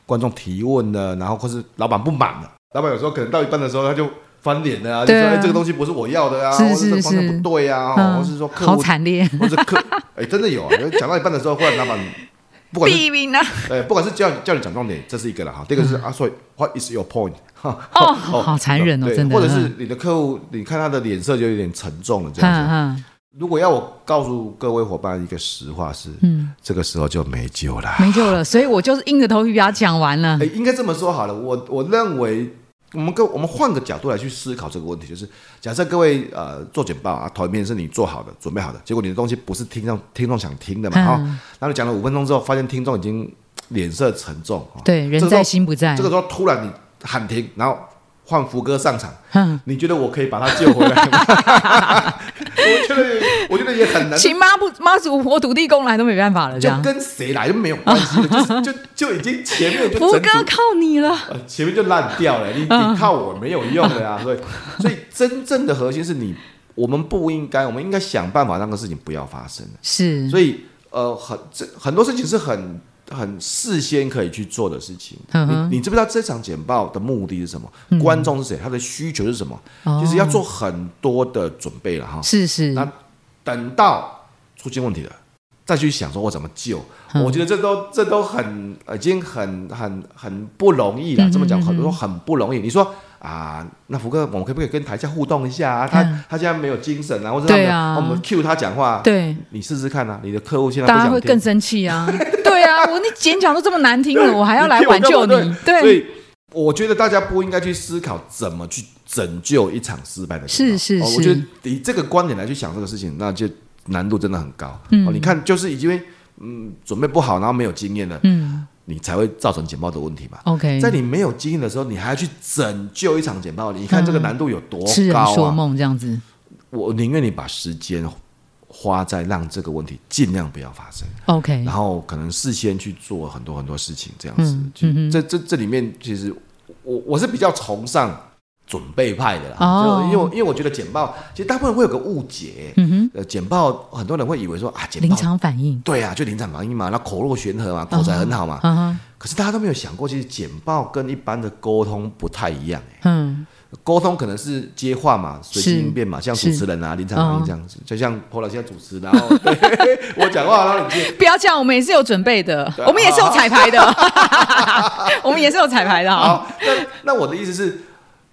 [SPEAKER 2] 观众提问了，然后或是老板不满了，老板有时候可能到一半的时候他就翻脸了啊，就
[SPEAKER 1] 对
[SPEAKER 2] 说
[SPEAKER 1] 啊
[SPEAKER 2] 哎这个东西不是我要的啊，
[SPEAKER 1] 是
[SPEAKER 2] 或者这
[SPEAKER 1] 是
[SPEAKER 2] 个方向
[SPEAKER 1] 是
[SPEAKER 2] 不对啊，
[SPEAKER 1] 嗯
[SPEAKER 2] 或是说客
[SPEAKER 1] 好
[SPEAKER 2] 户，
[SPEAKER 1] 惨烈，
[SPEAKER 2] 或者
[SPEAKER 1] (laughs)
[SPEAKER 2] 客，哎真的有啊，有讲到一半的时候，忽然老板不管是
[SPEAKER 1] 命啊！
[SPEAKER 2] 哎不管是叫你叫你讲重点，这是一个了哈，第
[SPEAKER 1] 嗯
[SPEAKER 2] 二个是啊，所以 what is your point？ (laughs)
[SPEAKER 1] 哦， (laughs) 好残忍哦，
[SPEAKER 2] 对
[SPEAKER 1] 真的。
[SPEAKER 2] 或者是你的客户，你看他的脸色就有点沉重了，这
[SPEAKER 1] 嗯，
[SPEAKER 2] 样子。
[SPEAKER 1] 嗯
[SPEAKER 2] 如果要我告诉各位伙伴一个实话是，
[SPEAKER 1] 嗯，
[SPEAKER 2] 这个时候就没救了
[SPEAKER 1] 嗯，。没救了，所以我就是硬着头皮把它讲完了
[SPEAKER 2] 哎，。应该这么说好了，我我认为。我们跟我们换个角度来去思考这个问题，就是假设各位呃做简报啊，头一面是你做好的、准备好的，结果你的东西不是听众听众想听的嘛，
[SPEAKER 1] 嗯
[SPEAKER 2] 哈、然后你讲了五分钟之后，发现听众已经脸色沉重，哦
[SPEAKER 1] 对，人
[SPEAKER 2] 这个时
[SPEAKER 1] 在
[SPEAKER 2] 候
[SPEAKER 1] 心不在
[SPEAKER 2] 这。个时候突然你喊停，然后换福哥上场，
[SPEAKER 1] 嗯，
[SPEAKER 2] (laughs) 你觉得我可以把他救回来吗？ (laughs) 我觉得，我觉得也很难，
[SPEAKER 1] 请妈不妈祖我土地公来都没办法了，这
[SPEAKER 2] 就
[SPEAKER 1] 样。
[SPEAKER 2] 跟谁来都没有关
[SPEAKER 1] (laughs)
[SPEAKER 2] 系了，就是就就已经前面就
[SPEAKER 1] 福
[SPEAKER 2] 整
[SPEAKER 1] 哥嗯
[SPEAKER 2] 组
[SPEAKER 1] 靠你了。
[SPEAKER 2] 呃前面就烂掉了，你你靠我没有用的啊，所以所以真正的核心是你，我们不应该，我们应该想办法让个事情不要发生。
[SPEAKER 1] 是，
[SPEAKER 2] 所以呃，很这很多事情是很很事先可以去做的事情。
[SPEAKER 1] 嗯哼嗯
[SPEAKER 2] 你你知不知道这场简报的目的是什么？观众是谁？他的需求是什么？
[SPEAKER 1] 哦
[SPEAKER 2] 其实要做很多的准备了哈。
[SPEAKER 1] 是是，
[SPEAKER 2] 那等到出现问题了，再去想说我怎么救。
[SPEAKER 1] 嗯
[SPEAKER 2] 我觉得这都这都很已经很很很不容易
[SPEAKER 1] 嗯
[SPEAKER 2] 了。这么讲，很多很不容易。你说啊，那福哥，我们可不可以跟台下互动一下啊？他
[SPEAKER 1] 嗯
[SPEAKER 2] 他现在没有精神啊，或者
[SPEAKER 1] 对
[SPEAKER 2] 他没有
[SPEAKER 1] 啊
[SPEAKER 2] 我们 cue 他讲话，
[SPEAKER 1] 对。
[SPEAKER 2] 你试试看啊，你的客户现在不
[SPEAKER 1] 当然
[SPEAKER 2] 想
[SPEAKER 1] 会
[SPEAKER 2] 听
[SPEAKER 1] 更，生气
[SPEAKER 2] (laughs)
[SPEAKER 1] 啊！对啊，我那演讲都这么难听了，我还要来
[SPEAKER 2] 听我
[SPEAKER 1] 挽
[SPEAKER 2] 干
[SPEAKER 1] 救
[SPEAKER 2] 嘛
[SPEAKER 1] 你？
[SPEAKER 2] 对，所
[SPEAKER 1] 对，
[SPEAKER 2] 以我觉得大家不应该去思考怎么去拯救一场失败的情况。
[SPEAKER 1] 是是
[SPEAKER 2] 哦
[SPEAKER 1] 是
[SPEAKER 2] 我觉得以这个观点来去想这个事情，那就难度真的很高。嗯，哦、你看，就是因为嗯准备不好，然后没有经验了，
[SPEAKER 1] 嗯
[SPEAKER 2] 你才会造成简报的问题嘛。
[SPEAKER 1] ，OK，
[SPEAKER 2] 在你没有经验的时候，你还要去拯救一场简报，你看这个难度有多
[SPEAKER 1] 嗯痴人
[SPEAKER 2] 高
[SPEAKER 1] 说
[SPEAKER 2] 啊！
[SPEAKER 1] 梦这样子。
[SPEAKER 2] 我宁愿你把时间花在让这个问题尽量不要发生。
[SPEAKER 1] OK，
[SPEAKER 2] 然后可能事先去做很多很多事情，这样子
[SPEAKER 1] 嗯。
[SPEAKER 2] 就
[SPEAKER 1] 嗯哼
[SPEAKER 2] 这这这里面，其实我我是比较崇尚准备派的啦，
[SPEAKER 1] 哦
[SPEAKER 2] 就因为我因为我觉得简报，其实大部分会有个误解，
[SPEAKER 1] 嗯哼，
[SPEAKER 2] 呃，简报很多人会以为说啊，简
[SPEAKER 1] 临
[SPEAKER 2] 报
[SPEAKER 1] 场嗯反应，
[SPEAKER 2] 对啊，就临场反应嘛，那口若悬河嘛，口才很好嘛。
[SPEAKER 1] 啊
[SPEAKER 2] 可是大家都没有想过，其实简报跟一般的沟通不太一样、欸
[SPEAKER 1] 哈，嗯，
[SPEAKER 2] 沟通可能是接话嘛，随
[SPEAKER 1] 是
[SPEAKER 2] 机应变嘛，像主
[SPEAKER 1] 是
[SPEAKER 2] 持人啊、临场反
[SPEAKER 1] 哦
[SPEAKER 2] 应这样子，就像 Pola 现在主持，然后对 (laughs) 我讲话，然后你接。
[SPEAKER 1] (laughs) 不要这样，我们也是有准备的，
[SPEAKER 2] 对
[SPEAKER 1] 我们也
[SPEAKER 2] (laughs)
[SPEAKER 1] 是有彩排的，我们也是有彩排的啊。
[SPEAKER 2] 好，那那我的意思是，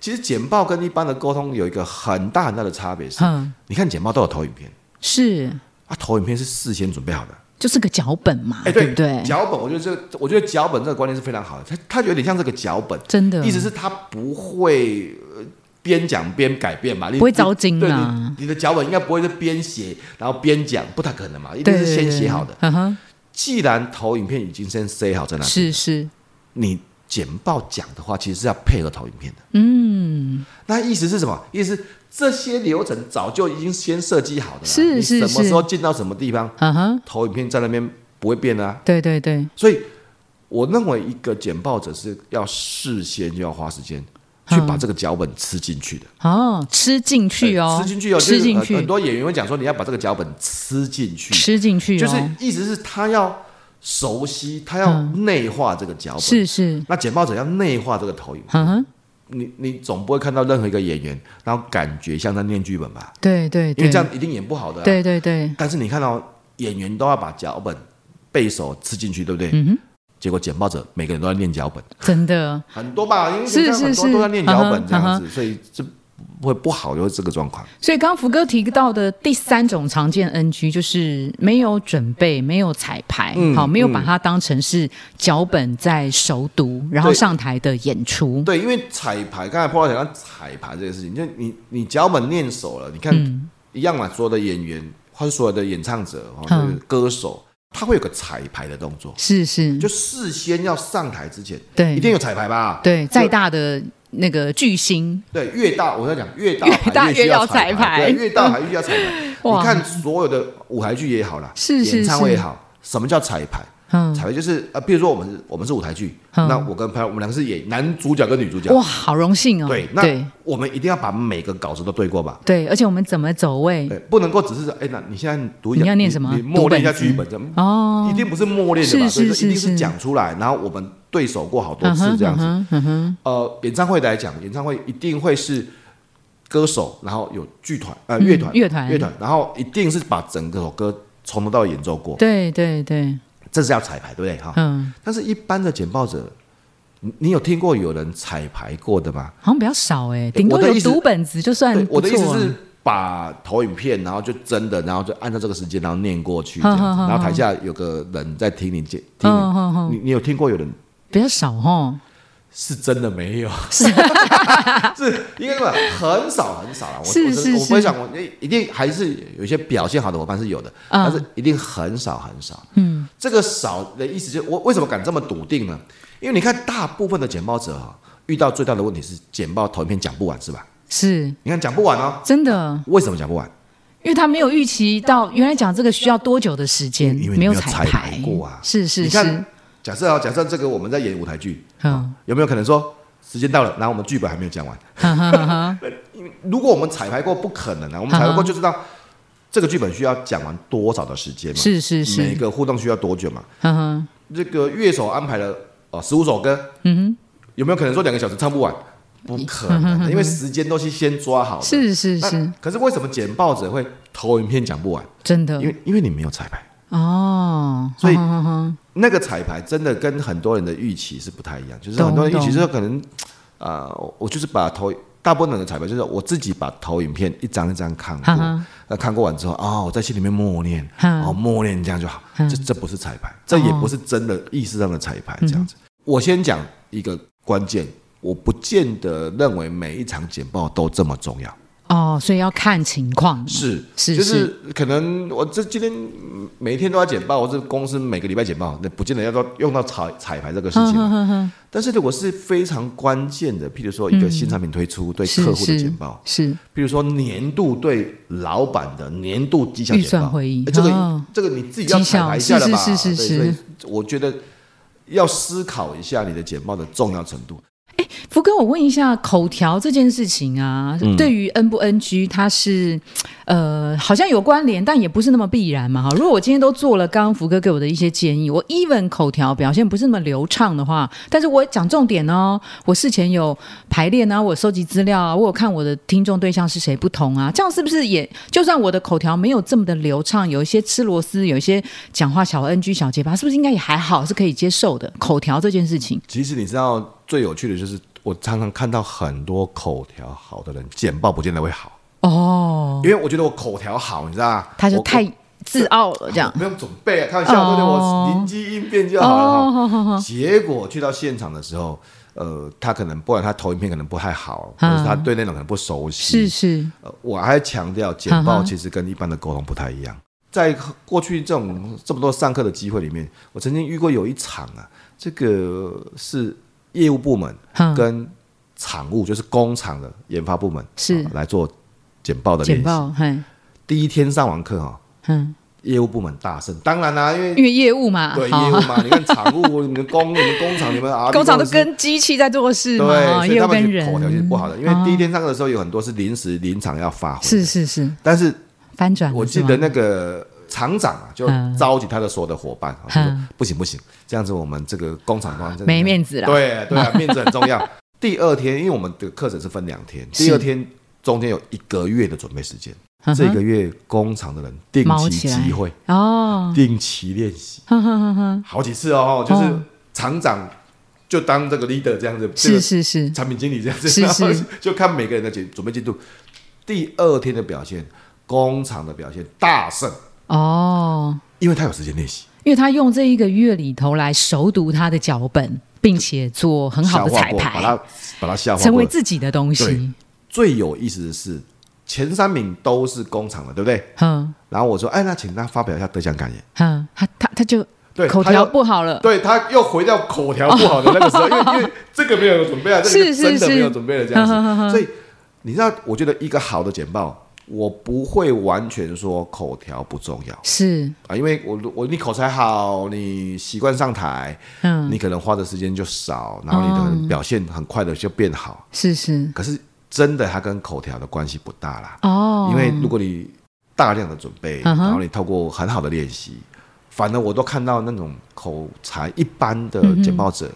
[SPEAKER 2] 其实简报跟一般的沟通有一个很大很大的差别是，
[SPEAKER 1] 嗯，
[SPEAKER 2] 你看简报都有投影片，
[SPEAKER 1] 是，
[SPEAKER 2] 啊，投影片是事先准备好的。
[SPEAKER 1] 就是个脚本嘛，
[SPEAKER 2] 哎，
[SPEAKER 1] 不啊对？
[SPEAKER 2] 脚本，我觉得这个，我觉得脚本这个观念是非常好的，它它有点像这个脚本，
[SPEAKER 1] 真的，
[SPEAKER 2] 意思是它不会呃边讲边改变嘛，你
[SPEAKER 1] 不会糟心
[SPEAKER 2] 对
[SPEAKER 1] 啊
[SPEAKER 2] 你你的脚本应该不会是边写然后边讲，不太可能嘛，一定是先写好
[SPEAKER 1] 对
[SPEAKER 2] 的。，
[SPEAKER 1] 对对嗯哼，
[SPEAKER 2] 既然投影片已经先塞好在那里，
[SPEAKER 1] 是是，
[SPEAKER 2] 你简报讲的话，其实是要配合投影片的。
[SPEAKER 1] 嗯，
[SPEAKER 2] 那意思是什么？意思是这些流程早就已经先设计好的了，
[SPEAKER 1] 是
[SPEAKER 2] 你
[SPEAKER 1] 是
[SPEAKER 2] 什么
[SPEAKER 1] 是
[SPEAKER 2] 时候进到什么地方，
[SPEAKER 1] 嗯哼，
[SPEAKER 2] 投影片在那边不会变啊。
[SPEAKER 1] 对对对，
[SPEAKER 2] 所以我认为一个简报者是要事先就要花时间
[SPEAKER 1] 嗯
[SPEAKER 2] 去把这个脚本吃进去的，
[SPEAKER 1] 哦，吃进去哦，
[SPEAKER 2] 吃进去哦，就是
[SPEAKER 1] 吃进
[SPEAKER 2] 很很
[SPEAKER 1] 去，
[SPEAKER 2] 多演员会讲说你要把这个脚本吃进去，
[SPEAKER 1] 吃进去哦，
[SPEAKER 2] 就是意思是他要熟悉，他要内化这个脚
[SPEAKER 1] 嗯
[SPEAKER 2] 本。
[SPEAKER 1] 是是，
[SPEAKER 2] 那简报者要内化这个投影，
[SPEAKER 1] 嗯哼，
[SPEAKER 2] 你你总不会看到任何一个演员，然后感觉像在念剧本吧？
[SPEAKER 1] 对对
[SPEAKER 2] 因
[SPEAKER 1] 对，
[SPEAKER 2] 为这样一定演不好的、啊。
[SPEAKER 1] 对对对，
[SPEAKER 2] 但是你看到、演员都要把脚本背熟吃进去，对不对？
[SPEAKER 1] 嗯哼，
[SPEAKER 2] 结果简报者每个人都在念脚本，
[SPEAKER 1] 真的，
[SPEAKER 2] 很多吧，因为
[SPEAKER 1] 是
[SPEAKER 2] 现在很
[SPEAKER 1] 是
[SPEAKER 2] 多
[SPEAKER 1] 是
[SPEAKER 2] 都在念脚本这
[SPEAKER 1] 嗯
[SPEAKER 2] 样
[SPEAKER 1] 哼
[SPEAKER 2] 子，所以这会不好，就是这个状况。
[SPEAKER 1] 所以刚刚福哥提到的第三种常见 NG 就是没有准备，没有彩排，
[SPEAKER 2] 嗯
[SPEAKER 1] 好，没有
[SPEAKER 2] 嗯
[SPEAKER 1] 把它当成是脚本在熟读，然后
[SPEAKER 2] 对
[SPEAKER 1] 上台的演出，
[SPEAKER 2] 对，因为彩排，刚才破老讲到彩排这个事情，就你你脚本念熟了，你看、
[SPEAKER 1] 嗯
[SPEAKER 2] 一样嘛，所有的演员或者所有的演唱者哦，就
[SPEAKER 1] 嗯
[SPEAKER 2] 是歌手，他会有个彩排的动作，
[SPEAKER 1] 是是，
[SPEAKER 2] 就事先要上台之前，
[SPEAKER 1] 对
[SPEAKER 2] 一定有彩排吧？
[SPEAKER 1] 对，再
[SPEAKER 2] 就
[SPEAKER 1] 大的那个巨星，
[SPEAKER 2] 对，越大我要讲越大
[SPEAKER 1] 越
[SPEAKER 2] 还
[SPEAKER 1] 大
[SPEAKER 2] 需
[SPEAKER 1] 越要
[SPEAKER 2] 要
[SPEAKER 1] 彩排
[SPEAKER 2] 对，越大还越要彩排。
[SPEAKER 1] (laughs) 哇
[SPEAKER 2] 你看所有的舞台剧也好啦，
[SPEAKER 1] 是是
[SPEAKER 2] 演唱会也好，什么叫彩排？
[SPEAKER 1] 嗯，
[SPEAKER 2] 彩排就是呃，比如说我们是我们是舞台剧，
[SPEAKER 1] 嗯
[SPEAKER 2] 那我跟潘，我们两个是演男主角跟女主角，
[SPEAKER 1] 哇，好荣幸哦，
[SPEAKER 2] 对，
[SPEAKER 1] 对
[SPEAKER 2] 那我们一定要把每个稿子都对过吧？
[SPEAKER 1] 对而且我们怎么走位
[SPEAKER 2] 对，不能够只是说，哎，那你现在读一下
[SPEAKER 1] 你要念什么
[SPEAKER 2] 你你默念一下
[SPEAKER 1] 读本子
[SPEAKER 2] 剧本，这样
[SPEAKER 1] 哦，
[SPEAKER 2] 一定不是默念的吧？
[SPEAKER 1] 是
[SPEAKER 2] 所以
[SPEAKER 1] 是
[SPEAKER 2] 说一定
[SPEAKER 1] 是
[SPEAKER 2] 是讲出来，然后我们对手过好多
[SPEAKER 1] 嗯
[SPEAKER 2] 次
[SPEAKER 1] 哼
[SPEAKER 2] 这样子。
[SPEAKER 1] 嗯哼嗯哼，
[SPEAKER 2] 呃，演唱会来讲，演唱会一定会是歌手，然后有剧团、呃乐团、
[SPEAKER 1] 嗯乐团
[SPEAKER 2] 乐团，然后一定是把整个首歌从头到尾演奏过，
[SPEAKER 1] 对对对，
[SPEAKER 2] 这是要彩排，对不对？哈、
[SPEAKER 1] 嗯，
[SPEAKER 2] 但是一般的简报者，你你有听过有人彩排过的吗？
[SPEAKER 1] 好像比较少哎，顶
[SPEAKER 2] 我
[SPEAKER 1] 多
[SPEAKER 2] 的
[SPEAKER 1] 有
[SPEAKER 2] 意思
[SPEAKER 1] 读本子就算
[SPEAKER 2] 对，
[SPEAKER 1] 不
[SPEAKER 2] 我的意
[SPEAKER 1] 错啊
[SPEAKER 2] 思是。把投影片，然后就真的，然后就按照这个时间，然后念过去这样
[SPEAKER 1] 哼哼
[SPEAKER 2] 子，
[SPEAKER 1] 哼
[SPEAKER 2] 然后台下有个人在听你讲，听你，
[SPEAKER 1] 嗯嗯嗯，
[SPEAKER 2] 你你有听过有人
[SPEAKER 1] 比较少哦，
[SPEAKER 2] 是真的没有，是 (laughs) 是应该说很少很少了。我
[SPEAKER 1] 是
[SPEAKER 2] 我
[SPEAKER 1] 是
[SPEAKER 2] 真的我不会
[SPEAKER 1] 是
[SPEAKER 2] 想，我一定还是有一些表现好的伙伴是有的，
[SPEAKER 1] 啊
[SPEAKER 2] 但是一定很少很少。嗯，这个少的意思就是我为什么敢这么笃定呢？因为你看，大部分的简报者哈、遇到最大的问题是简报投影片讲不完，是吧？
[SPEAKER 1] 是
[SPEAKER 2] 你看讲不完哦，
[SPEAKER 1] 真的，
[SPEAKER 2] 为什么讲不完？
[SPEAKER 1] 因为他没有预期到，原来讲这个需要多久的时间，
[SPEAKER 2] 因为因为你
[SPEAKER 1] 没
[SPEAKER 2] 没有
[SPEAKER 1] 彩
[SPEAKER 2] 彩排过啊
[SPEAKER 1] 是是
[SPEAKER 2] 你
[SPEAKER 1] 是
[SPEAKER 2] 看，，假设啊、假设这个我们在演舞台剧，
[SPEAKER 1] 嗯，
[SPEAKER 2] 有没有可能说时间到了，然后我们剧本还没有讲完？
[SPEAKER 1] 哈哈哈哈，
[SPEAKER 2] 如果我们彩排过，不可能啊！我们彩排过就知道这个剧本需要讲完多少的时间嘛，
[SPEAKER 1] 是是嗯是，
[SPEAKER 2] 每个互动需要多久嘛？
[SPEAKER 1] 哈哈，
[SPEAKER 2] 这个乐手安排了哦十五首歌，嗯哼，有没有可能说两个小时唱不完？不可
[SPEAKER 1] 嗯
[SPEAKER 2] 能的，因为时间都是先抓好的。
[SPEAKER 1] 是是
[SPEAKER 2] 那
[SPEAKER 1] 是，
[SPEAKER 2] 可是为什么简报者会投影片讲不完？
[SPEAKER 1] 真的
[SPEAKER 2] 因为因为你没有彩排，
[SPEAKER 1] 哦，
[SPEAKER 2] 所以
[SPEAKER 1] 哈哈哈哈
[SPEAKER 2] 那个彩排真的跟很多人的预期是不太一样，就是
[SPEAKER 1] 懂
[SPEAKER 2] 很多人预期
[SPEAKER 1] 懂
[SPEAKER 2] 就是可能啊、呃我就是把投大部分人的彩排就是我自己把投影片一张一张看过
[SPEAKER 1] 哈哈，
[SPEAKER 2] 那看过完之后啊、我在心里面默念，
[SPEAKER 1] 嗯
[SPEAKER 2] 哦，默念这样就好，
[SPEAKER 1] 嗯
[SPEAKER 2] 这这不是彩排，这也不是真的意识上的彩排，这样
[SPEAKER 1] 嗯
[SPEAKER 2] 子。我先讲一个关键，我不见得认为每一场简报都这么重要。
[SPEAKER 1] 哦，所以要看情况，
[SPEAKER 2] 是
[SPEAKER 1] 是
[SPEAKER 2] 就是可能我这今天嗯每天都要简报，我这公司每个礼拜简报，那不见得要到用到彩彩排这个事
[SPEAKER 1] 嗯
[SPEAKER 2] 情嘛。但是如果是非常关键的，譬如说一个新产品推出
[SPEAKER 1] 嗯
[SPEAKER 2] 对
[SPEAKER 1] 是
[SPEAKER 2] 客户的
[SPEAKER 1] 是
[SPEAKER 2] 简报，
[SPEAKER 1] 是
[SPEAKER 2] 譬如说年度对老板的年度绩效
[SPEAKER 1] 预
[SPEAKER 2] 简
[SPEAKER 1] 算
[SPEAKER 2] 报
[SPEAKER 1] 会议
[SPEAKER 2] 哎这
[SPEAKER 1] 哦
[SPEAKER 2] 个这个你自己要
[SPEAKER 1] 绩
[SPEAKER 2] 彩
[SPEAKER 1] 效
[SPEAKER 2] 排一下了吧？
[SPEAKER 1] 是是是是
[SPEAKER 2] 对所以我觉得要思考一下你的简报的重要程度。
[SPEAKER 1] 福哥，我问一下，口条这件事情啊，对于 N 不 NG，它是呃，好像有关联，但也不是那么必然嘛。哈，如果我今天都做了刚刚福哥给我的一些建议，我 even 口条表现不是那么流畅的话，但是我讲重点哦，我事前有排练啊，我收集资料啊，我有看我的听众对象是谁不同啊，这样是不是也就算我的口条没有这么的流畅，有一些吃螺丝，有一些讲话小 NG 小结巴，是不是应该也还好，是可以接受的？口条这件事情，
[SPEAKER 2] 其实你知道最有趣的就是我常常看到很多口条好的人，简报不见得会好，
[SPEAKER 1] 哦，
[SPEAKER 2] 因为我觉得我口条好，你知道吧
[SPEAKER 1] 他就
[SPEAKER 2] 我
[SPEAKER 1] 太自傲了，这样
[SPEAKER 2] 我不用准备啊，开玩笑，对对，我
[SPEAKER 1] 哦
[SPEAKER 2] 灵机应变就好了哈。结果去到现场的时候，呃，他可能不管他投影片可能不太好，或
[SPEAKER 1] 嗯
[SPEAKER 2] 者是他对那种可能不熟悉。
[SPEAKER 1] (laughs) 是是，
[SPEAKER 2] 呃，我还强调，简
[SPEAKER 1] 嗯
[SPEAKER 2] 报
[SPEAKER 1] 哼
[SPEAKER 2] 其实跟一般的沟通不太一样。在过去这种这么多上课的机会里面，我曾经遇过有一场啊，这个是业务部门
[SPEAKER 1] 嗯
[SPEAKER 2] 跟厂务，就是工厂的研发部门
[SPEAKER 1] 是
[SPEAKER 2] 啊来做简报的
[SPEAKER 1] 简
[SPEAKER 2] 练习。
[SPEAKER 1] 报，嘿，
[SPEAKER 2] 第一天上完课哈，
[SPEAKER 1] 嗯，
[SPEAKER 2] 业务部门大胜，当然啦、因为
[SPEAKER 1] 因为业务嘛，
[SPEAKER 2] 对
[SPEAKER 1] 好
[SPEAKER 2] 业务
[SPEAKER 1] (laughs)
[SPEAKER 2] 嘛，你看厂务、你们工、你们工厂、你们啊，
[SPEAKER 1] 工厂
[SPEAKER 2] 你
[SPEAKER 1] 都
[SPEAKER 2] 们公司
[SPEAKER 1] 跟机器在做事嘛，
[SPEAKER 2] 对，
[SPEAKER 1] 哈
[SPEAKER 2] 所以
[SPEAKER 1] 业
[SPEAKER 2] 他
[SPEAKER 1] 务
[SPEAKER 2] 们
[SPEAKER 1] 跟
[SPEAKER 2] 其实口条其实
[SPEAKER 1] 人哦
[SPEAKER 2] 不好的，因为第一天上课的时候有很多是临时临场要发挥，
[SPEAKER 1] 是。是是
[SPEAKER 2] 但是
[SPEAKER 1] 翻转了，
[SPEAKER 2] 我记
[SPEAKER 1] 是吗
[SPEAKER 2] 得那个厂长啊，就召集他的所有的伙伴，啊就说
[SPEAKER 1] 嗯
[SPEAKER 2] 不行不行，这样子我们这个工厂方真的
[SPEAKER 1] 没面子啦，
[SPEAKER 2] 对对啊，
[SPEAKER 1] (laughs)
[SPEAKER 2] 面子很重要。第二天，因为我们的课程是分两天，
[SPEAKER 1] 是
[SPEAKER 2] 第二天中间有一个月的准备时间，
[SPEAKER 1] 嗯哼
[SPEAKER 2] 这个月工厂的人定
[SPEAKER 1] 忙
[SPEAKER 2] 期
[SPEAKER 1] 起来
[SPEAKER 2] 集会，
[SPEAKER 1] 哦， (laughs)
[SPEAKER 2] 定期练习。
[SPEAKER 1] 哼哼哼哼，
[SPEAKER 2] 好几次哦，就是
[SPEAKER 1] 哦
[SPEAKER 2] 厂长就当这个 leader 这样子，这
[SPEAKER 1] 是
[SPEAKER 2] 个
[SPEAKER 1] 是是，
[SPEAKER 2] 产品经理这样子，
[SPEAKER 1] 是
[SPEAKER 2] 然后
[SPEAKER 1] 是
[SPEAKER 2] (laughs) 就看每个人的准准备进度。第二天的表现，工厂的表现大胜，
[SPEAKER 1] 哦，
[SPEAKER 2] 因为他有时间练习，
[SPEAKER 1] 因为他用这一个月里头来熟读他的脚本，并且做很好的
[SPEAKER 2] 消化
[SPEAKER 1] 彩
[SPEAKER 2] 过，把
[SPEAKER 1] 排
[SPEAKER 2] 它，把它消化
[SPEAKER 1] 成
[SPEAKER 2] 过
[SPEAKER 1] 为。自己的东西
[SPEAKER 2] 对，最有意思的是，前三名都是工厂的，对不对？
[SPEAKER 1] 哼
[SPEAKER 2] 然后我说，哎，那请他发表一下得奖感言。
[SPEAKER 1] 哼，他他他就
[SPEAKER 2] 对，
[SPEAKER 1] 口
[SPEAKER 2] 他又
[SPEAKER 1] 条不好了，
[SPEAKER 2] 对他又回到口条不好的那个时候，因为因为这个没有准备啊，
[SPEAKER 1] (laughs)
[SPEAKER 2] 这
[SPEAKER 1] 是
[SPEAKER 2] 个
[SPEAKER 1] 是
[SPEAKER 2] 真的没有
[SPEAKER 1] 是
[SPEAKER 2] 准备了这样
[SPEAKER 1] 呵呵呵 (laughs)
[SPEAKER 2] 子，所以你知道，我觉得一个好的简报，我不会完全说口条不重要
[SPEAKER 1] 是，
[SPEAKER 2] 啊，因为我我你口才好，你习惯上台，
[SPEAKER 1] 嗯，
[SPEAKER 2] 你可能花的时间就少，然后你的可能表现很快的就变好，
[SPEAKER 1] 是是，
[SPEAKER 2] 可是真的它跟口条的关系不大啦，
[SPEAKER 1] 哦，
[SPEAKER 2] 因为如果你大量的准备，
[SPEAKER 1] 嗯
[SPEAKER 2] 然
[SPEAKER 1] 哼
[SPEAKER 2] 后你透过很好的练习，反而我都看到那种口才一般的简报
[SPEAKER 1] 嗯
[SPEAKER 2] 者，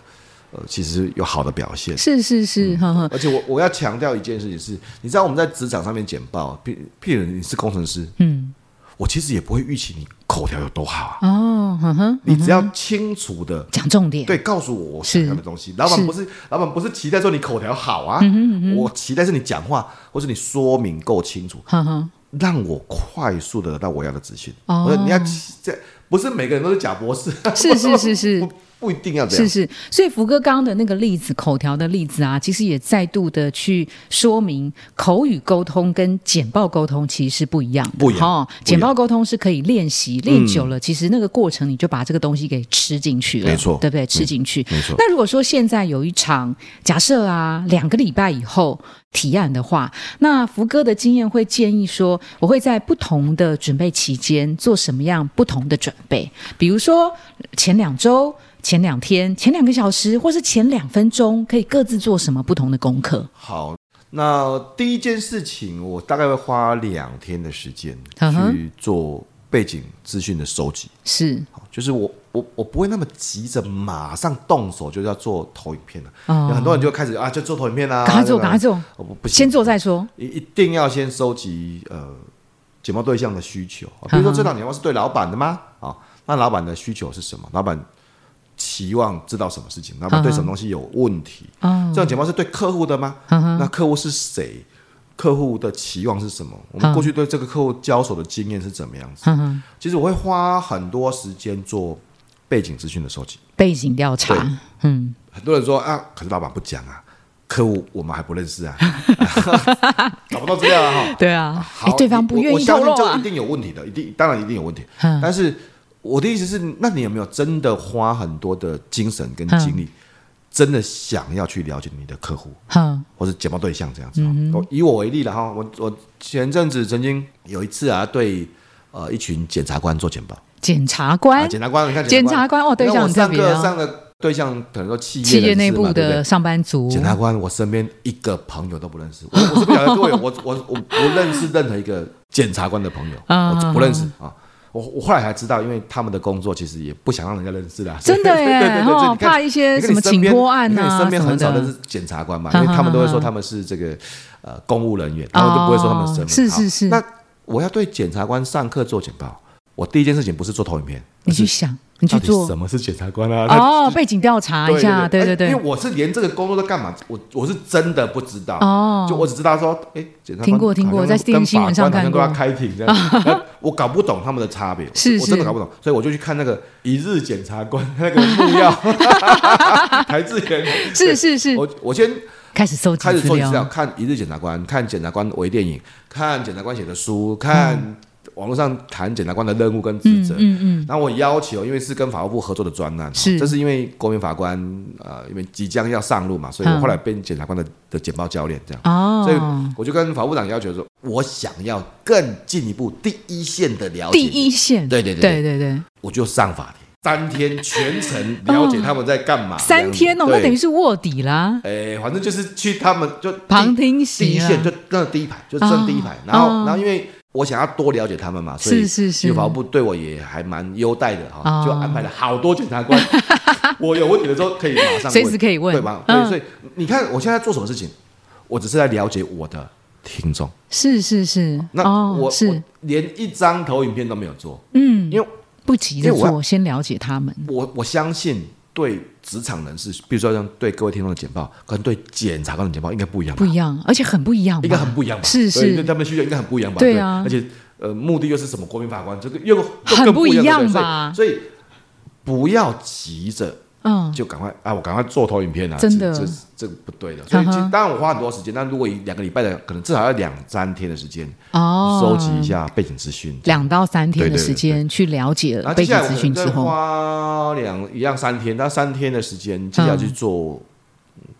[SPEAKER 2] 呃，其实有好的表现。
[SPEAKER 1] 是是是，哼哼，
[SPEAKER 2] 而且我我要强调一件事情是，你知道我们在职场上面简报，譬譬如你是工程师，
[SPEAKER 1] 嗯，
[SPEAKER 2] 我其实也不会预期你口条有多好啊，
[SPEAKER 1] 哦，哼哼，
[SPEAKER 2] 你只要清楚的。
[SPEAKER 1] 讲重点，
[SPEAKER 2] 对，告诉我我想要的东西。老板不是老板不是期待说你口条好啊，
[SPEAKER 1] 嗯
[SPEAKER 2] 我期待是你讲话或是你说明够清楚，
[SPEAKER 1] 哼哼，
[SPEAKER 2] 让我快速的得到我要的资讯。
[SPEAKER 1] 哦
[SPEAKER 2] 我说你要这不是每个人都是假博士，
[SPEAKER 1] 是是是是
[SPEAKER 2] (laughs) 不不一定要这
[SPEAKER 1] 是
[SPEAKER 2] 样。
[SPEAKER 1] 是，所以福哥刚刚的那个例子，口条的例子啊，其实也再度的去说明，口语沟通跟简报沟通其实是不一样的。
[SPEAKER 2] 不一样
[SPEAKER 1] 哦
[SPEAKER 2] 不一样嗯
[SPEAKER 1] 简报沟通是可以练习，练久了，其实那个过程你就把这个东西给吃进去了，
[SPEAKER 2] 没错
[SPEAKER 1] 对不对？吃进去。
[SPEAKER 2] 没错
[SPEAKER 1] 那如果说现在有一场假设啊，两个礼拜以后提案的话，那福哥的经验会建议说，我会在不同的准备期间做什么样不同的准备，比如说前两周、前两天、前两个小时，或是前两分钟，可以各自做什么不同的功课。
[SPEAKER 2] 好，那第一件事情，我大概会花两天的时间
[SPEAKER 1] 嗯哼
[SPEAKER 2] 去做背景资讯的收集。
[SPEAKER 1] 是
[SPEAKER 2] 好，就是我我我不会那么急着马上动手就要做投影片了。
[SPEAKER 1] 哦
[SPEAKER 2] 有很多人就开始啊，就做投影片啦、啊，
[SPEAKER 1] 赶快做
[SPEAKER 2] 对吧
[SPEAKER 1] 赶快做，
[SPEAKER 2] 我不不行
[SPEAKER 1] 先做再说。
[SPEAKER 2] 一一定要先收集呃解报对象的需求，啊比如说这档节目是对老板的吗？啊、那老板的需求是什么？老板期望知道什么事情？老板对什么东西有问题？
[SPEAKER 1] 哦，
[SPEAKER 2] 这种解报是对客户的吗？那客户是谁？客户的期望是什么？我们过去对这个客户交手的经验是怎么样子？
[SPEAKER 1] 哼哼，
[SPEAKER 2] 其实我会花很多时间做背景资讯的收集。
[SPEAKER 1] 背景调
[SPEAKER 2] 对
[SPEAKER 1] 查，嗯，
[SPEAKER 2] 很多人说啊，可是老板不讲啊，客户我们还不认识啊， (laughs) 找不到资料啊哈。
[SPEAKER 1] 对啊，哎
[SPEAKER 2] 好，，
[SPEAKER 1] 对方不
[SPEAKER 2] 我
[SPEAKER 1] 愿
[SPEAKER 2] 我
[SPEAKER 1] 意
[SPEAKER 2] 相
[SPEAKER 1] 透
[SPEAKER 2] 信
[SPEAKER 1] 露
[SPEAKER 2] 这
[SPEAKER 1] 啊
[SPEAKER 2] 一，定有问题的，一定当然一定有问题。
[SPEAKER 1] 嗯
[SPEAKER 2] 但是我的意思是，那你有没有真的花很多的精神跟精
[SPEAKER 1] 嗯
[SPEAKER 2] 力，真的想要去了解你的客户
[SPEAKER 1] 哼，
[SPEAKER 2] 或是解报对象这样子哦？
[SPEAKER 1] 嗯
[SPEAKER 2] 我以我为例了哈，我我前阵子曾经有一次啊，对呃一群检察官做简报
[SPEAKER 1] 检察官
[SPEAKER 2] 啊，检察官你看
[SPEAKER 1] 哎检察官哦对
[SPEAKER 2] 你看
[SPEAKER 1] 象
[SPEAKER 2] 我
[SPEAKER 1] 很特
[SPEAKER 2] 上
[SPEAKER 1] 别
[SPEAKER 2] 课
[SPEAKER 1] 啊
[SPEAKER 2] 上的对象可能说企业
[SPEAKER 1] 企业
[SPEAKER 2] 人士
[SPEAKER 1] 内
[SPEAKER 2] 嘛
[SPEAKER 1] 部
[SPEAKER 2] 对不对
[SPEAKER 1] 的上班族，
[SPEAKER 2] 检察官，我身边一个朋友都不认识，我我是不晓得各位，我我我不认识任何一个检察官的朋友，
[SPEAKER 1] 啊
[SPEAKER 2] 我不认识啊。我我后来才知道，因为他们的工作其实也不想让人家认识的啊，
[SPEAKER 1] 真的
[SPEAKER 2] (laughs) 对对
[SPEAKER 1] 耶，
[SPEAKER 2] 对对
[SPEAKER 1] 哦
[SPEAKER 2] 你看
[SPEAKER 1] 怕一些
[SPEAKER 2] 你看
[SPEAKER 1] 什么
[SPEAKER 2] 你身
[SPEAKER 1] 请
[SPEAKER 2] 边
[SPEAKER 1] 托案
[SPEAKER 2] 你看
[SPEAKER 1] 啊，
[SPEAKER 2] 你身边很
[SPEAKER 1] 什
[SPEAKER 2] 少
[SPEAKER 1] 么
[SPEAKER 2] 的
[SPEAKER 1] 的
[SPEAKER 2] 是检察官嘛，
[SPEAKER 1] 哈
[SPEAKER 2] 因为他们都会
[SPEAKER 1] 哈
[SPEAKER 2] 说
[SPEAKER 1] 哈
[SPEAKER 2] 他们是这个呃公务人员，他们都不会说他们
[SPEAKER 1] 哦
[SPEAKER 2] 身份。
[SPEAKER 1] 是
[SPEAKER 2] 好
[SPEAKER 1] 是是
[SPEAKER 2] 那我要对检察官上课做简报，我第一件事情不是做投影片，
[SPEAKER 1] 你去
[SPEAKER 2] 而是
[SPEAKER 1] 想，你去
[SPEAKER 2] 到底
[SPEAKER 1] 做
[SPEAKER 2] 什么是检察官啊？那
[SPEAKER 1] 哦，背景调查一下，对对
[SPEAKER 2] 哎
[SPEAKER 1] 对
[SPEAKER 2] 因为，我是连这个工作在干嘛，我我是真的不知道，
[SPEAKER 1] 哦
[SPEAKER 2] 就我只知道说，哎，检察官
[SPEAKER 1] 听过听过
[SPEAKER 2] 好像
[SPEAKER 1] 在电视新闻上
[SPEAKER 2] 跟法官
[SPEAKER 1] 看
[SPEAKER 2] 好像都
[SPEAKER 1] 过
[SPEAKER 2] 要开庭
[SPEAKER 1] (laughs)
[SPEAKER 2] 这样，然后我搞不懂他们的差别，
[SPEAKER 1] 是
[SPEAKER 2] 我真
[SPEAKER 1] 是
[SPEAKER 2] 的搞不懂，所以我就去看那个一日检察官那个木曜， (laughs) 台志远，
[SPEAKER 1] (laughs) 是是是，
[SPEAKER 2] 我我先
[SPEAKER 1] 开始搜集
[SPEAKER 2] 开始
[SPEAKER 1] 资
[SPEAKER 2] 搜集资料，
[SPEAKER 1] 料，
[SPEAKER 2] 看一日检察官，看检察官微电影，看检察官写的书，看网络上谈检察官的任务跟职
[SPEAKER 1] 嗯
[SPEAKER 2] 责，
[SPEAKER 1] 嗯嗯，
[SPEAKER 2] 然后我要求，因为是跟法务部合作的专案，
[SPEAKER 1] 是
[SPEAKER 2] 这是因为国民法官呃，因为即将要上路嘛，所以我后来变检察官的的简报教练这样，所以
[SPEAKER 1] 嗯哦，
[SPEAKER 2] 我就跟法务部长要求说，我想要更进一步第一线的了解，
[SPEAKER 1] 第，一线，
[SPEAKER 2] 对对
[SPEAKER 1] 对
[SPEAKER 2] 对
[SPEAKER 1] 对对，
[SPEAKER 2] 我就上法庭三天全程了解他们在干嘛，
[SPEAKER 1] 三天哦，那等于是卧底啦，
[SPEAKER 2] 哎，反正就是去他们就
[SPEAKER 1] 旁听
[SPEAKER 2] 第
[SPEAKER 1] 席
[SPEAKER 2] 一
[SPEAKER 1] 啊
[SPEAKER 2] 线就站第一排，就站第一排。
[SPEAKER 1] 哦
[SPEAKER 2] 然后
[SPEAKER 1] 哦，
[SPEAKER 2] 然后因为我想要多了解他们嘛，所以
[SPEAKER 1] 是是是
[SPEAKER 2] 法务部对我也还蛮优待的哈
[SPEAKER 1] 哦，
[SPEAKER 2] 就安排了好多检
[SPEAKER 1] (laughs)
[SPEAKER 2] 察官。我有问题的时候可以马上
[SPEAKER 1] 随时可以问
[SPEAKER 2] 对吧？
[SPEAKER 1] 嗯
[SPEAKER 2] 对，所以你看我现在做什么事情，我只是在了解我的听众。
[SPEAKER 1] 是是是，
[SPEAKER 2] 那
[SPEAKER 1] 哦
[SPEAKER 2] 我我
[SPEAKER 1] 是
[SPEAKER 2] 连一张投影片都没有做，
[SPEAKER 1] 嗯，
[SPEAKER 2] 因为
[SPEAKER 1] 不急
[SPEAKER 2] 因
[SPEAKER 1] 着
[SPEAKER 2] 为我
[SPEAKER 1] 做，先了解他们，
[SPEAKER 2] 我我相信对职场人士，比如说像对各位听众的简报，跟对检察官的简报应该不一样吧
[SPEAKER 1] 不？一样，而且很不一样吧，
[SPEAKER 2] 应该很不一样吧？
[SPEAKER 1] 哦是
[SPEAKER 2] 对
[SPEAKER 1] 是
[SPEAKER 2] 对他们需求应该很不一样吧？
[SPEAKER 1] 对啊
[SPEAKER 2] 而且呃，目的又是什么？国民法官这个又
[SPEAKER 1] 很
[SPEAKER 2] 更
[SPEAKER 1] 不
[SPEAKER 2] 一
[SPEAKER 1] 一样
[SPEAKER 2] 对不对
[SPEAKER 1] 吧
[SPEAKER 2] 所以所以不要急着
[SPEAKER 1] 嗯，
[SPEAKER 2] 就赶快啊，我赶快做投影片啊，
[SPEAKER 1] 真的
[SPEAKER 2] 这这这个不对的。所以其
[SPEAKER 1] 嗯
[SPEAKER 2] 实
[SPEAKER 1] 哼
[SPEAKER 2] 当然我花很多时间，但如果以两个礼拜的，可能至少要两三天的时间
[SPEAKER 1] 哦，
[SPEAKER 2] 收集一下背景资讯。
[SPEAKER 1] 两到三天的时
[SPEAKER 2] 对
[SPEAKER 1] 间去了解
[SPEAKER 2] 然后接
[SPEAKER 1] 背景
[SPEAKER 2] 下来我
[SPEAKER 1] 资
[SPEAKER 2] 们
[SPEAKER 1] 讯
[SPEAKER 2] 再
[SPEAKER 1] 之后，
[SPEAKER 2] 花两一样三天，那三天的时间，接下
[SPEAKER 1] 嗯
[SPEAKER 2] 来去做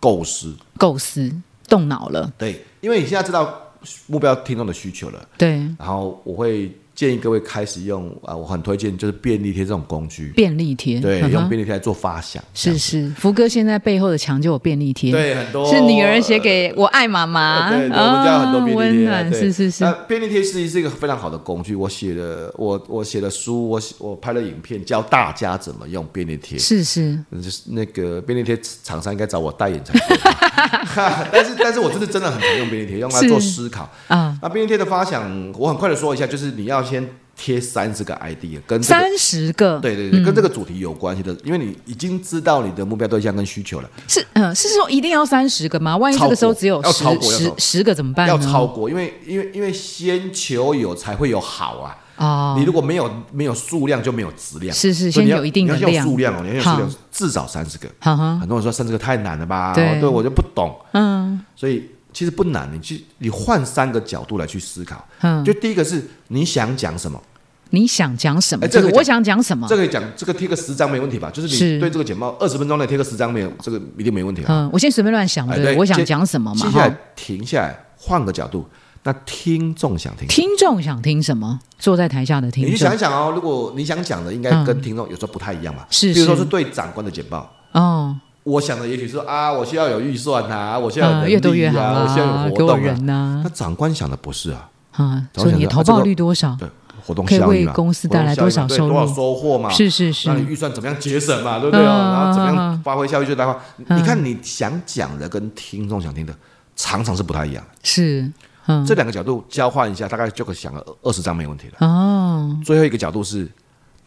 [SPEAKER 2] 构思。
[SPEAKER 1] 构思动脑了，
[SPEAKER 2] 对，因为你现在知道目标听众的需求了，
[SPEAKER 1] 对，
[SPEAKER 2] 然后我会建议各位开始用啊、我很推荐就是便利贴这种工具，
[SPEAKER 1] 便利贴，
[SPEAKER 2] 对，
[SPEAKER 1] 嗯哼
[SPEAKER 2] 用便利贴来做发想，这
[SPEAKER 1] 是
[SPEAKER 2] 样
[SPEAKER 1] 是，福哥现在背后的墙就有便利贴，
[SPEAKER 2] 对很多呃
[SPEAKER 1] 是女儿写给我爱妈妈，
[SPEAKER 2] 对，对我们家有很多
[SPEAKER 1] 啊
[SPEAKER 2] 便利
[SPEAKER 1] 温
[SPEAKER 2] 贴啊，
[SPEAKER 1] 暖，
[SPEAKER 2] 对
[SPEAKER 1] 是是是
[SPEAKER 2] 那，便利贴是是一个非常好的工具，我写了我我写了书，我我拍了影片，教大家怎么用便利贴。
[SPEAKER 1] 是是，
[SPEAKER 2] 嗯就是那个便利贴厂商应该找我代言才对， (laughs) 哈但是但是我真的真的很常用便利贴，用来
[SPEAKER 1] 是
[SPEAKER 2] 做思考。
[SPEAKER 1] 啊，
[SPEAKER 2] 那便利贴的发想，我很快的说一下，就是你要先贴三十个 ID，跟这个
[SPEAKER 1] 三十个，
[SPEAKER 2] 对对对，跟这
[SPEAKER 1] 嗯
[SPEAKER 2] 个主题有关系的，因为你已经知道你的目标对象跟需求了，
[SPEAKER 1] 是嗯，是说一定要三十个吗？万一这个时候只有
[SPEAKER 2] 超
[SPEAKER 1] 十
[SPEAKER 2] 过要超过要
[SPEAKER 1] 十
[SPEAKER 2] 超过
[SPEAKER 1] 十个怎么办呢？啊
[SPEAKER 2] 要超过，因为因为因为先求有才会有好啊。
[SPEAKER 1] 哦
[SPEAKER 2] 你，如果没有没有数量就没有质量，
[SPEAKER 1] 是是
[SPEAKER 2] 所
[SPEAKER 1] 先
[SPEAKER 2] 以你要
[SPEAKER 1] 有一定的
[SPEAKER 2] 你要先有
[SPEAKER 1] 量
[SPEAKER 2] 数量哦，你要有数量
[SPEAKER 1] 好
[SPEAKER 2] 至少三十个。
[SPEAKER 1] 哈哈，
[SPEAKER 2] 很多人说三十个太难了吧？
[SPEAKER 1] 对
[SPEAKER 2] 哦对我就不懂，
[SPEAKER 1] 嗯
[SPEAKER 2] 所以其实不难，你去你换三个角度来去思考。
[SPEAKER 1] 嗯
[SPEAKER 2] 就，第一个是你想讲什么，
[SPEAKER 1] 你想讲什么？
[SPEAKER 2] 哎这个
[SPEAKER 1] 就是我想讲什么
[SPEAKER 2] 这？个讲这个贴个十张没问题吧？就是
[SPEAKER 1] 嗯是
[SPEAKER 2] 你对这个简报二十分钟内贴个十张没有，这个一定没问题啊。
[SPEAKER 1] 嗯，我先随便乱想
[SPEAKER 2] 哎
[SPEAKER 1] 的，
[SPEAKER 2] 对
[SPEAKER 1] 我想
[SPEAKER 2] 接
[SPEAKER 1] 讲什么嘛？
[SPEAKER 2] 接下
[SPEAKER 1] 哈
[SPEAKER 2] 来，停下来，换个角度，那听众想听什么。
[SPEAKER 1] 听众想听什么？坐在台下的
[SPEAKER 2] 你
[SPEAKER 1] 听
[SPEAKER 2] 去想
[SPEAKER 1] 众
[SPEAKER 2] 一，想哦，如果你想讲的，应该跟听众有时候不太一样嘛。
[SPEAKER 1] 嗯是
[SPEAKER 2] 比如说
[SPEAKER 1] 是
[SPEAKER 2] 是对长官的简报，
[SPEAKER 1] 哦，
[SPEAKER 2] 我想的也许是啊，我需要有预算啊，我需要有
[SPEAKER 1] 嗯，
[SPEAKER 2] 人力啊，
[SPEAKER 1] 越多越好
[SPEAKER 2] 我需要有
[SPEAKER 1] 啦，
[SPEAKER 2] 活
[SPEAKER 1] 给我
[SPEAKER 2] 动啊。
[SPEAKER 1] 人呐
[SPEAKER 2] 那，长官想的不是啊，
[SPEAKER 1] 啊，
[SPEAKER 2] 早
[SPEAKER 1] 说
[SPEAKER 2] 想
[SPEAKER 1] 你的
[SPEAKER 2] 着
[SPEAKER 1] 投
[SPEAKER 2] 啊这
[SPEAKER 1] 报
[SPEAKER 2] 个
[SPEAKER 1] 率多少？
[SPEAKER 2] 对，活动
[SPEAKER 1] 可以
[SPEAKER 2] 效益
[SPEAKER 1] 为
[SPEAKER 2] 嘛，
[SPEAKER 1] 公司
[SPEAKER 2] 活动
[SPEAKER 1] 带来
[SPEAKER 2] 效益
[SPEAKER 1] 多少
[SPEAKER 2] 嘛对
[SPEAKER 1] 收
[SPEAKER 2] 多少
[SPEAKER 1] 入
[SPEAKER 2] 收获嘛，
[SPEAKER 1] 是是是
[SPEAKER 2] 那，你预算怎么样节省嘛，对不对哦？
[SPEAKER 1] 嗯
[SPEAKER 2] 然后怎么
[SPEAKER 1] 嗯
[SPEAKER 2] 样
[SPEAKER 1] 嗯
[SPEAKER 2] 发挥效益最大化？
[SPEAKER 1] 啊
[SPEAKER 2] 你看你想讲的跟听众想听的常常是不太一样的，
[SPEAKER 1] 是，嗯
[SPEAKER 2] 这，两个角度交换一下，大概就可以想了二十张没问题了。
[SPEAKER 1] 哦，
[SPEAKER 2] 最后一个角度是，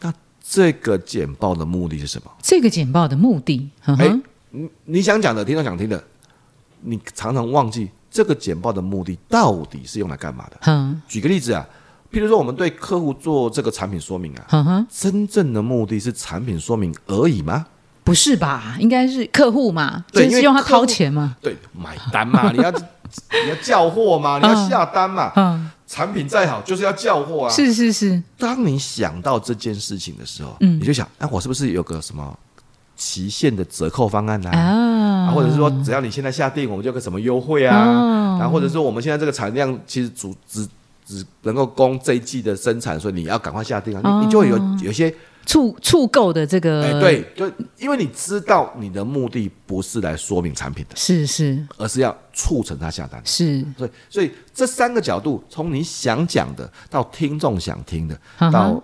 [SPEAKER 2] 那这个简报的目的是什么？
[SPEAKER 1] 这个简报的目的，嗯
[SPEAKER 2] 哎、
[SPEAKER 1] 哼，
[SPEAKER 2] 你你想讲的，听众想听的，你常常忘记这个简报的目的到底是用来干嘛的。
[SPEAKER 1] 嗯
[SPEAKER 2] 举个例子啊，譬如说我们对客户做这个产品说明啊，
[SPEAKER 1] 嗯哼，
[SPEAKER 2] 真正的目的是产品说明而已吗？
[SPEAKER 1] 不是吧？应该是客户嘛，
[SPEAKER 2] 对
[SPEAKER 1] 真是
[SPEAKER 2] 因为
[SPEAKER 1] 用他
[SPEAKER 2] 客户
[SPEAKER 1] 掏钱嘛，
[SPEAKER 2] 对，买单 (laughs) 嘛，你要你要叫货嘛，你要下单嘛，
[SPEAKER 1] 嗯，
[SPEAKER 2] 产品再好就是要叫货啊。
[SPEAKER 1] 是是是，
[SPEAKER 2] 当你想到这件事情的时候，
[SPEAKER 1] 嗯
[SPEAKER 2] 你就想，哎、我是不是有个什么期限的折扣方案啊
[SPEAKER 1] 啊
[SPEAKER 2] 啊，或者是说只要你现在下定，我们就有个什么优惠啊，
[SPEAKER 1] 哦
[SPEAKER 2] 然后或者说我们现在这个产量其实主只只能够供这一季的生产，所以你要赶快下定啊，你你就会有
[SPEAKER 1] 哦
[SPEAKER 2] 有些
[SPEAKER 1] 促促购的这个，
[SPEAKER 2] 哎、，对，就因为你知道你的目的不是来说明产品的，
[SPEAKER 1] 是是
[SPEAKER 2] 而是要促成他下单。
[SPEAKER 1] 是，
[SPEAKER 2] 所以，所以这三个角度，从你想讲的到听众想听的
[SPEAKER 1] 嗯哼，
[SPEAKER 2] 到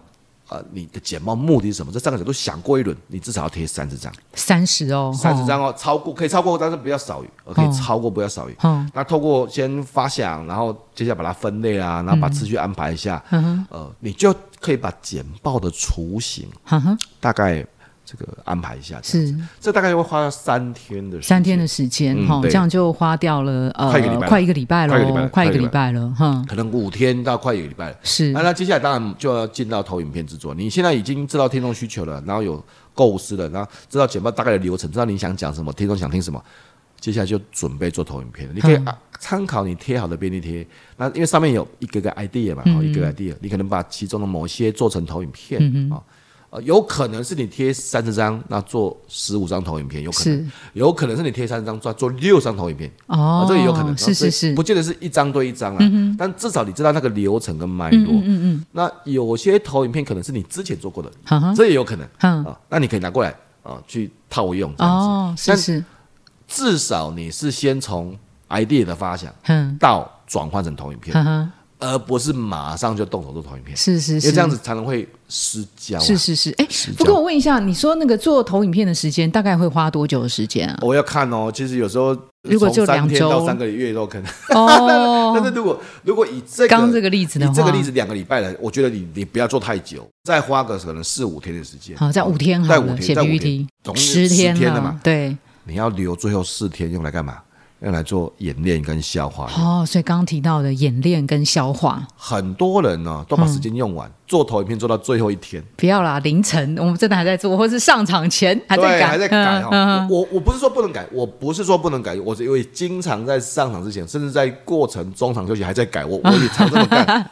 [SPEAKER 2] 啊、你的简报目的是什么？这三个角度想过一轮，你至少要贴三十张，
[SPEAKER 1] 三十哦，
[SPEAKER 2] 三十
[SPEAKER 1] 哦，
[SPEAKER 2] 张哦，超过可以超过，但是不要少于，呃可以超过不要少于。
[SPEAKER 1] 嗯
[SPEAKER 2] 那透过先发想，然后接下来把它分类啊，然后把次序安排一下，
[SPEAKER 1] 嗯
[SPEAKER 2] 呃，你就可以把简报的雏形
[SPEAKER 1] 哼哼，
[SPEAKER 2] 大概这个安排一下。这样
[SPEAKER 1] 是
[SPEAKER 2] 这大概会花三天的时间
[SPEAKER 1] 三天的，时间
[SPEAKER 2] 嗯
[SPEAKER 1] 哈，
[SPEAKER 2] 对
[SPEAKER 1] 这样就花掉了呃
[SPEAKER 2] 快一个礼拜了
[SPEAKER 1] 快一个礼拜
[SPEAKER 2] 快一个礼拜啊
[SPEAKER 1] 喽
[SPEAKER 2] 了，
[SPEAKER 1] 快一个礼拜了，哼，
[SPEAKER 2] 可能五天到快一个礼拜了。
[SPEAKER 1] 是
[SPEAKER 2] 那那接下来当然就要进到投影片制作。你现在已经知道听众需求了，然后有构思了，然后知道简报大概的流程，知道你想讲什么，听众想听什么，接下来就准备做投影片了。你可以啊参、考你贴好的便利贴，那因为上面有一个个 idea 嘛，哦一个个 idea，你可能把其中的某些做成投影片啊、哦呃，有可能是你贴三十张，那做十五张投影片，有可能，
[SPEAKER 1] 是
[SPEAKER 2] 有可能是你贴三十张，做做六张投影片，
[SPEAKER 1] 哦
[SPEAKER 2] 啊，，这个也有可能，
[SPEAKER 1] 是
[SPEAKER 2] 所
[SPEAKER 1] 是
[SPEAKER 2] 以
[SPEAKER 1] 是嗯
[SPEAKER 2] 不，见得是一张对一张啦，但至少你知道那个流程跟脉络。嗯嗯那有些投影片可能是你之前做过的，
[SPEAKER 1] 哈哈，
[SPEAKER 2] 这也有可能
[SPEAKER 1] 哼，
[SPEAKER 2] 啊。那你可以拿过来啊去套用这样子。
[SPEAKER 1] 嗯哦，是
[SPEAKER 2] 但
[SPEAKER 1] 是，
[SPEAKER 2] 至少你是先从 idea 的发想
[SPEAKER 1] 哼，
[SPEAKER 2] 到转换成投影片，
[SPEAKER 1] 哈哈，
[SPEAKER 2] 而不是马上就动手做投影片，
[SPEAKER 1] 嗯是是
[SPEAKER 2] 因为
[SPEAKER 1] 是，
[SPEAKER 2] 这样子才能会失焦啊。
[SPEAKER 1] 是是是，哎
[SPEAKER 2] 是，
[SPEAKER 1] 不
[SPEAKER 2] 这
[SPEAKER 1] 过
[SPEAKER 2] 样
[SPEAKER 1] 我问一下，你说那个做投影片的时间大概会花多久的时间啊？
[SPEAKER 2] 我要看哦，其实有时候
[SPEAKER 1] 如果
[SPEAKER 2] 从
[SPEAKER 1] 就两
[SPEAKER 2] 三天
[SPEAKER 1] 周
[SPEAKER 2] 到三个月都可能， (laughs) 但
[SPEAKER 1] 哦，
[SPEAKER 2] 是如果如果以这个
[SPEAKER 1] 刚这个例子的
[SPEAKER 2] 你
[SPEAKER 1] 话，
[SPEAKER 2] 这个例子两个礼拜了，我觉得你你不要做太久，再花个可能四五天的时间。
[SPEAKER 1] 好，在五天好
[SPEAKER 2] 在五
[SPEAKER 1] 了，写
[SPEAKER 2] 天，在五
[SPEAKER 1] PPT
[SPEAKER 2] 天，总共
[SPEAKER 1] 十
[SPEAKER 2] 天
[SPEAKER 1] 天
[SPEAKER 2] 了
[SPEAKER 1] 了
[SPEAKER 2] 嘛。，
[SPEAKER 1] 对，
[SPEAKER 2] 你要留最后四天用来干嘛？用来做演练跟消化。
[SPEAKER 1] 哦，所以刚刚提到的演练跟消化，
[SPEAKER 2] 很多人呢、都把时间用完，做投影片做到最后一天，
[SPEAKER 1] 不要啦，凌晨我们真的还在做，或是上场前还
[SPEAKER 2] 对，
[SPEAKER 1] 在改，
[SPEAKER 2] 还在改
[SPEAKER 1] 嗯
[SPEAKER 2] 哈、
[SPEAKER 1] 嗯嗯
[SPEAKER 2] 我我我不是说不能改，我不是说不能改，我是因为经常在上场之前，甚至在过程中场休息还在改，我我也常这么
[SPEAKER 1] (laughs)
[SPEAKER 2] 干。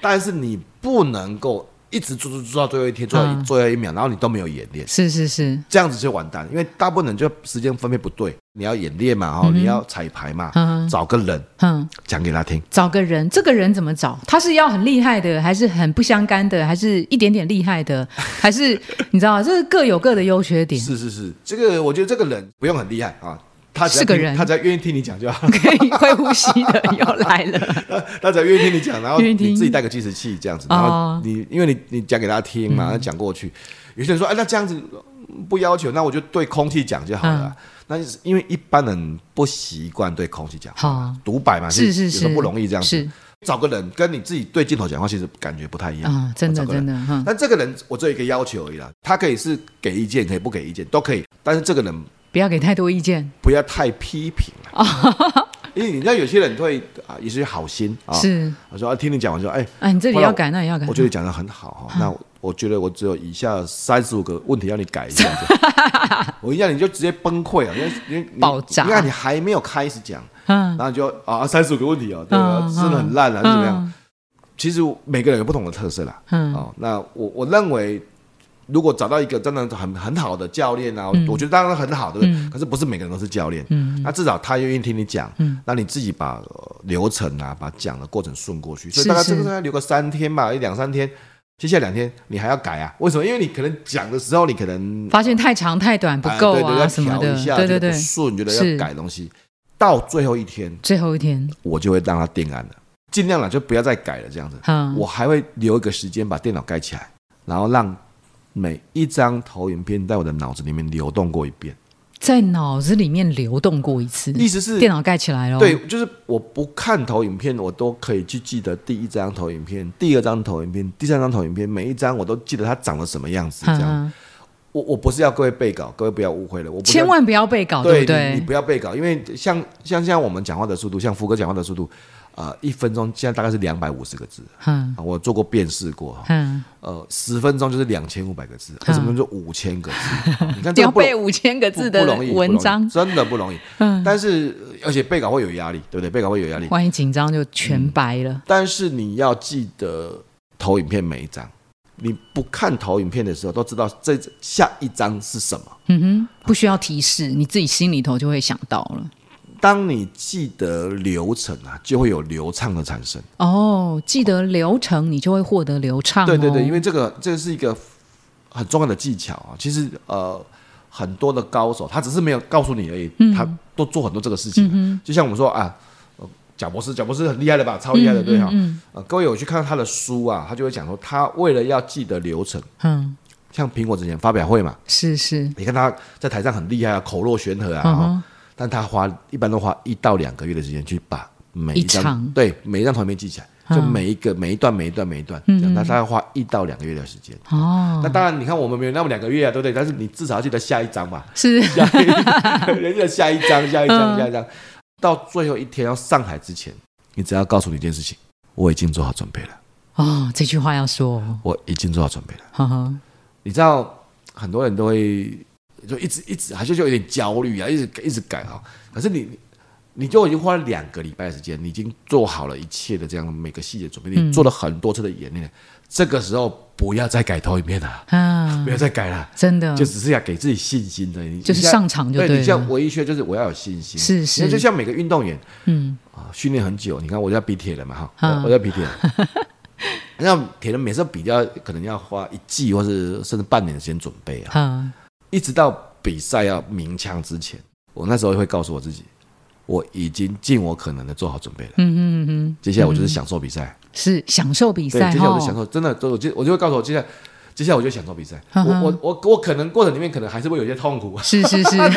[SPEAKER 2] 但是你不能够一直做做做到最后一天，做到一、
[SPEAKER 1] 嗯
[SPEAKER 2] 做到一秒，然后你都没有演练。
[SPEAKER 1] 是是是，
[SPEAKER 2] 这样子就完蛋，因为大部分人就时间分配不对，你要演练嘛，哦，你要彩排嘛，
[SPEAKER 1] 嗯
[SPEAKER 2] 找个人
[SPEAKER 1] 嗯，
[SPEAKER 2] 讲给他听，
[SPEAKER 1] 找个人，这个人怎么找？他是要很厉害的，还是很不相干的，还是一点点厉害的， (laughs) 还是你知道，这各有各的优缺
[SPEAKER 2] (laughs)
[SPEAKER 1] 点，
[SPEAKER 2] 是是是，这个我觉得这个人不用很厉害啊，他只要
[SPEAKER 1] 是个
[SPEAKER 2] 听
[SPEAKER 1] 人
[SPEAKER 2] 他只要愿意听你讲就好， (laughs)
[SPEAKER 1] 可以会呼吸的又来了，
[SPEAKER 2] 他只要愿意听你讲，然后
[SPEAKER 1] 愿意
[SPEAKER 2] 你
[SPEAKER 1] 听
[SPEAKER 2] 自己带个计时器这样子，
[SPEAKER 1] 哦嗯
[SPEAKER 2] 然后你因为你你讲给他听嘛，他讲过去，有些人说哎那这样子嗯不要求，那我就对空气讲就好了
[SPEAKER 1] 嗯
[SPEAKER 2] 啊。那是因为一般人不习惯对空气讲话
[SPEAKER 1] 好
[SPEAKER 2] 嘛，独白嘛，
[SPEAKER 1] 是是
[SPEAKER 2] 有时
[SPEAKER 1] 是，
[SPEAKER 2] 候不容易这样子。
[SPEAKER 1] 是
[SPEAKER 2] 找个人跟你自己对镜头讲话，其实感觉不太一样
[SPEAKER 1] 啊，真的
[SPEAKER 2] 找个人
[SPEAKER 1] 真的，嗯，
[SPEAKER 2] 但这个人，我只有一个要求而已啦，他可以是给意见，可以不给意见，都可以。但是这个人
[SPEAKER 1] 不要给太多意见，
[SPEAKER 2] 不要太批评了， (laughs) 因为你知道有些人会啊，也是好心啊，
[SPEAKER 1] 哦是，
[SPEAKER 2] 我说啊，听你讲完说，哎，
[SPEAKER 1] 啊，你这里
[SPEAKER 2] 后来
[SPEAKER 1] 要
[SPEAKER 2] 我
[SPEAKER 1] 改，那也要改，
[SPEAKER 2] 我觉得你讲的很好
[SPEAKER 1] 嗯
[SPEAKER 2] 哈，那我我觉得我只有以下三十五个问题要你改一
[SPEAKER 1] (laughs)
[SPEAKER 2] 下，这样我一下你就直接崩溃了，因为因为你
[SPEAKER 1] 爆炸
[SPEAKER 2] 你看你还没有开始讲，
[SPEAKER 1] 嗯
[SPEAKER 2] 然后你就啊三十五个问题哦，对啊，
[SPEAKER 1] 嗯
[SPEAKER 2] 真的很烂啊，是怎么样
[SPEAKER 1] 嗯？
[SPEAKER 2] 其实每个人有不同的特色啦，
[SPEAKER 1] 嗯
[SPEAKER 2] 哦，那我我认为，如果找到一个真的很很好的教练啊，我觉得当然很好，对不对？可是不是每个人都是教练，
[SPEAKER 1] 嗯
[SPEAKER 2] 那至少他愿意听你讲，
[SPEAKER 1] 嗯
[SPEAKER 2] 那你自己把、呃流程啊，把讲的过程顺过去，
[SPEAKER 1] 是
[SPEAKER 2] 所以大概这
[SPEAKER 1] 是
[SPEAKER 2] 个大概留个三天吧，一两三天。接下来两天你还要改啊？为什么？因为你可能讲的时候，你可能
[SPEAKER 1] 发现太长太短不
[SPEAKER 2] 哎
[SPEAKER 1] 够
[SPEAKER 2] 对对
[SPEAKER 1] 啊
[SPEAKER 2] 要
[SPEAKER 1] 什么
[SPEAKER 2] 调
[SPEAKER 1] 的
[SPEAKER 2] 一，下
[SPEAKER 1] 对对
[SPEAKER 2] 觉
[SPEAKER 1] 对
[SPEAKER 2] 得不，顺觉得
[SPEAKER 1] 是
[SPEAKER 2] 要改东西，到最后一天
[SPEAKER 1] 最后一天，
[SPEAKER 2] 我就会让他定案了，尽量了就不要再改了这样子。
[SPEAKER 1] 嗯，
[SPEAKER 2] 我还会留一个时间把电脑盖起来，然后让每一张投影片在我的脑子里面流动过一遍。
[SPEAKER 1] 在脑子里面流动过一次，
[SPEAKER 2] 意思
[SPEAKER 1] 嗯
[SPEAKER 2] 是，
[SPEAKER 1] 电脑盖起来了，
[SPEAKER 2] 对，，就是我不看投影片，我都可以去记得第一张投影片、第二张投影片、第三张投影片，每一张我都记得它长得什么样子。这样，
[SPEAKER 1] 嗯，
[SPEAKER 2] 我我不是要各位背稿，各位不要误会了，我不是要
[SPEAKER 1] 千万不要被搞，
[SPEAKER 2] 对
[SPEAKER 1] 不
[SPEAKER 2] 你，你
[SPEAKER 1] 对？
[SPEAKER 2] 不要背稿，因为像像像我们讲话的速度，像福哥讲话的速度，呃，一分钟现在大概是两百五十个字，
[SPEAKER 1] 嗯
[SPEAKER 2] 啊我做过辨识过哈。
[SPEAKER 1] 嗯，
[SPEAKER 2] 呃，十分钟就是两千五百个字，二十分钟就五千个字。 (laughs) 你看这
[SPEAKER 1] 要
[SPEAKER 2] 个不容
[SPEAKER 1] 背嗯五千个字
[SPEAKER 2] 不
[SPEAKER 1] 的
[SPEAKER 2] 不容易，不容易
[SPEAKER 1] 文章，
[SPEAKER 2] 真的不容易。
[SPEAKER 1] 嗯
[SPEAKER 2] 但是呃而且背稿会有压力，对不对？背稿会有压力，
[SPEAKER 1] 万一紧张就全白了。
[SPEAKER 2] 但是你要记得投影片每一张。你不看投影片的时候，都知道这下一张是什么。
[SPEAKER 1] 嗯哼，不需要提示，你自己心里头就会想到了。
[SPEAKER 2] 当你记得流程啊，就会有流畅的产生。
[SPEAKER 1] 哦，记得流程，你就会获得流畅哦。
[SPEAKER 2] 对对对，因为这个这是一个很重要的技巧啊。其实呃，很多的
[SPEAKER 1] 嗯
[SPEAKER 2] 高手他只是没有告诉你而已，他都做很多这个事情。就像我们说啊，呃贾博士，贾博士很厉害的吧？超厉害的，
[SPEAKER 1] 嗯
[SPEAKER 2] 对哈、
[SPEAKER 1] 嗯
[SPEAKER 2] 呃各位有去看他的书啊，他就会讲说，他为了要记得流程，
[SPEAKER 1] 嗯，
[SPEAKER 2] 像苹果之前发表会嘛，
[SPEAKER 1] 是是，
[SPEAKER 2] 你看他在台上很厉害啊，口若悬河啊，
[SPEAKER 1] 嗯
[SPEAKER 2] 哦
[SPEAKER 1] 哼
[SPEAKER 2] 但他花一般都花一到两个月的时间去把每
[SPEAKER 1] 一
[SPEAKER 2] 张
[SPEAKER 1] 场嗯
[SPEAKER 2] 对每一张团片记起来，就每一个、每一段每一段每一段，这样那他要花一到两个月的时间。
[SPEAKER 1] 哦，
[SPEAKER 2] 那当然，你看我们没有那么两个月啊，对不对？但是你至少要记得下一章嘛， (laughs)
[SPEAKER 1] 是
[SPEAKER 2] 下一人家的下一章，下一章，下一章，到最后一天要上台之前，你只要告诉你一件事情，我已经做好准备了，
[SPEAKER 1] 哦，这句话要说嗯哦，
[SPEAKER 2] 我已经做好准备了。
[SPEAKER 1] 呵呵，
[SPEAKER 2] 你知道很多人都会就一直一直，好像就有点焦虑啊，一直一直改啊。可是你你就已经花了两个礼拜的时间，你已经做好了一切的这样每个细节准备，你做了很多次的演练。这个时候不要再改头一遍了，
[SPEAKER 1] 啊
[SPEAKER 2] 不，要再改了，
[SPEAKER 1] 真的
[SPEAKER 2] 就只是要给自己信心的。你
[SPEAKER 1] 嗯就是
[SPEAKER 2] 你像
[SPEAKER 1] 上场就
[SPEAKER 2] 对
[SPEAKER 1] 对
[SPEAKER 2] 你像
[SPEAKER 1] 了
[SPEAKER 2] 唯一缺就是我要有信心。
[SPEAKER 1] 是
[SPEAKER 2] 你
[SPEAKER 1] 是
[SPEAKER 2] 看就像每个运动员
[SPEAKER 1] 嗯，
[SPEAKER 2] 啊，训练很久，你看我在比铁
[SPEAKER 1] (laughs)
[SPEAKER 2] 人嘛哈，
[SPEAKER 1] 嗯
[SPEAKER 2] 我我在比铁 (laughs) 人。那铁人每次比较可能要花一季或是甚至半年的时间准备啊。
[SPEAKER 1] 哈，
[SPEAKER 2] 一直到比赛要鸣枪之前，我那时候会告诉我自己，我已经尽我可能的做好准备了。
[SPEAKER 1] 嗯嗯嗯，
[SPEAKER 2] 接下来我就是享受比赛，
[SPEAKER 1] 是享受比
[SPEAKER 2] 对，
[SPEAKER 1] 赛
[SPEAKER 2] 接下来我就享
[SPEAKER 1] 哈，
[SPEAKER 2] 受，真的，我就我就会告诉我接下来，接下来我就享受比赛。
[SPEAKER 1] 嗯哼，
[SPEAKER 2] 我我我我可能过程里面可能还是会有一些痛苦
[SPEAKER 1] 是是
[SPEAKER 2] (laughs)
[SPEAKER 1] 是，呵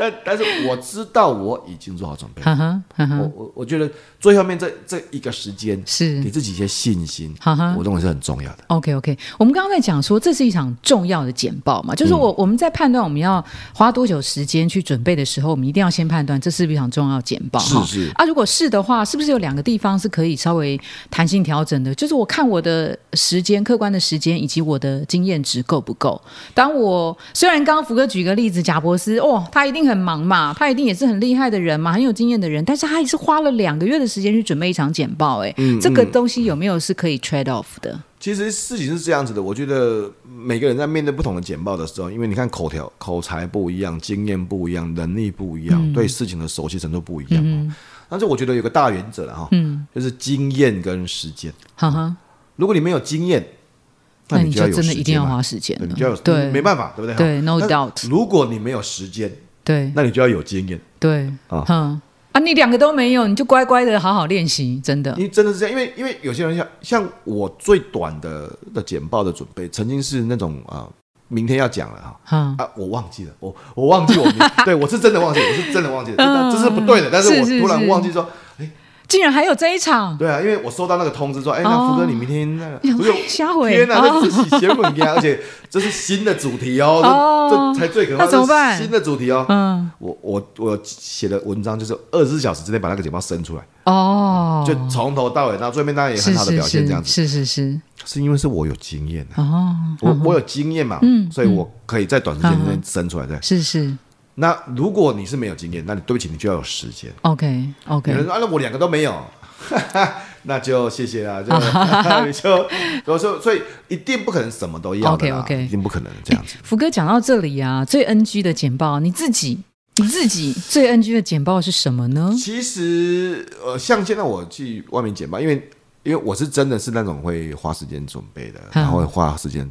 [SPEAKER 2] 但但是我知道我已经做好准备了。
[SPEAKER 1] 呵呵
[SPEAKER 2] 我
[SPEAKER 1] 呵，
[SPEAKER 2] 我我觉得最后面这这一个时间，给
[SPEAKER 1] 是。嗯
[SPEAKER 2] 自己一些信心，
[SPEAKER 1] 哈哈
[SPEAKER 2] 我认为是很重要的。
[SPEAKER 1] OK OK，我们刚刚在讲说这是一场重要的简报嘛，
[SPEAKER 2] 嗯
[SPEAKER 1] 就是我、我们在判断我们要花多久时间去准备的时候，我们一定要先判断这是不是一场重要的简报哈。
[SPEAKER 2] 是是
[SPEAKER 1] 啊，如果是的话，是不是有两个地方是可以稍微弹性调整的？就是我看我的时间、客观的时间以及我的经验值够不够。当我虽然刚刚福哥举个例子，贾博士哦，他一定很忙嘛，他一定也是很厉害的人嘛，很有经验的人，但是他也是花了两个月的时间去准备一场简报、哎、
[SPEAKER 2] 嗯
[SPEAKER 1] 这个东西有没有是可以 trade off 的？
[SPEAKER 2] 其实事情是这样子的，我觉得每个人在面对不同的简报的时候，因为你看口条、口才不一样，经验不一样，能力不一
[SPEAKER 1] 嗯
[SPEAKER 2] 样，对事情的熟悉程度不一样。哦但是我觉得有个大原则了哈，
[SPEAKER 1] 嗯
[SPEAKER 2] 就是经验跟时间。
[SPEAKER 1] 哈哈，
[SPEAKER 2] 如果你没有经验，
[SPEAKER 1] 那
[SPEAKER 2] 你
[SPEAKER 1] 你
[SPEAKER 2] 就要
[SPEAKER 1] 就
[SPEAKER 2] 有
[SPEAKER 1] 真的
[SPEAKER 2] 时
[SPEAKER 1] 一定
[SPEAKER 2] 间
[SPEAKER 1] 要
[SPEAKER 2] 嘛，
[SPEAKER 1] 花时间
[SPEAKER 2] 对，你
[SPEAKER 1] 了
[SPEAKER 2] 就要有，
[SPEAKER 1] 对，
[SPEAKER 2] 没办法，对不对？
[SPEAKER 1] 对，no
[SPEAKER 2] 但
[SPEAKER 1] doubt
[SPEAKER 2] 如果你没有时间，
[SPEAKER 1] 对
[SPEAKER 2] 那你就要有经验。
[SPEAKER 1] 对，
[SPEAKER 2] 啊
[SPEAKER 1] 嗯啊，你两个都没有，你就乖乖的好好练习，真的
[SPEAKER 2] 因，为真的是这样，因为因为有些人像像我最短的的简报的准备，曾经是那种啊、呃明天要讲了哈。
[SPEAKER 1] 嗯，
[SPEAKER 2] 啊，我忘记了，我我忘记我名， (laughs) 对我是真的忘记，我是真的忘记了，这这是不对的。但是
[SPEAKER 1] 嗯是
[SPEAKER 2] 我
[SPEAKER 1] 是
[SPEAKER 2] 突然
[SPEAKER 1] 是
[SPEAKER 2] 忘记说，
[SPEAKER 1] 竟然还有这一场，
[SPEAKER 2] 对啊，因为我收到那个通知说，哎，那
[SPEAKER 1] 哦
[SPEAKER 2] 福哥你明天那个，
[SPEAKER 1] 你想
[SPEAKER 2] 不是
[SPEAKER 1] 说哎瞎回
[SPEAKER 2] 天哪，
[SPEAKER 1] 哦
[SPEAKER 2] 这是写本呀，而且这是新的主题哦，
[SPEAKER 1] 哦
[SPEAKER 2] 这这才最可怕，
[SPEAKER 1] 那怎么办
[SPEAKER 2] 这是新的主题哦。
[SPEAKER 1] 嗯，
[SPEAKER 2] 我我我写的文章就是二十四小时之内把那个简报生出来，
[SPEAKER 1] 哦，
[SPEAKER 2] 就从头到尾，到最后面当然也很好的表现，这样子
[SPEAKER 1] 是是是是是，
[SPEAKER 2] 是因为是我有经验啊，
[SPEAKER 1] 哦，嗯
[SPEAKER 2] 我我有经验嘛，所以我可以在短时间之内生出来，对。
[SPEAKER 1] 是是
[SPEAKER 2] 那如果你是没有经验，那你对不起，你就要有时间。
[SPEAKER 1] ，OK
[SPEAKER 2] 有人
[SPEAKER 1] OK，
[SPEAKER 2] 说啊，那我两个都没有， (laughs) 那就谢
[SPEAKER 1] (laughs)
[SPEAKER 2] 谢啦，就你就所以说，所以一定不可能什么都要的啦
[SPEAKER 1] OK，OK
[SPEAKER 2] 一定不可能这样子。
[SPEAKER 1] 福哥讲到这里啊，最 NG 的简报，你自己你自己最 NG 的简报是什么呢？
[SPEAKER 2] 其实呃，像现在我去外面剪吧，因为因为我是真的是那种会花时间准备的，
[SPEAKER 1] 嗯
[SPEAKER 2] 然后会花时间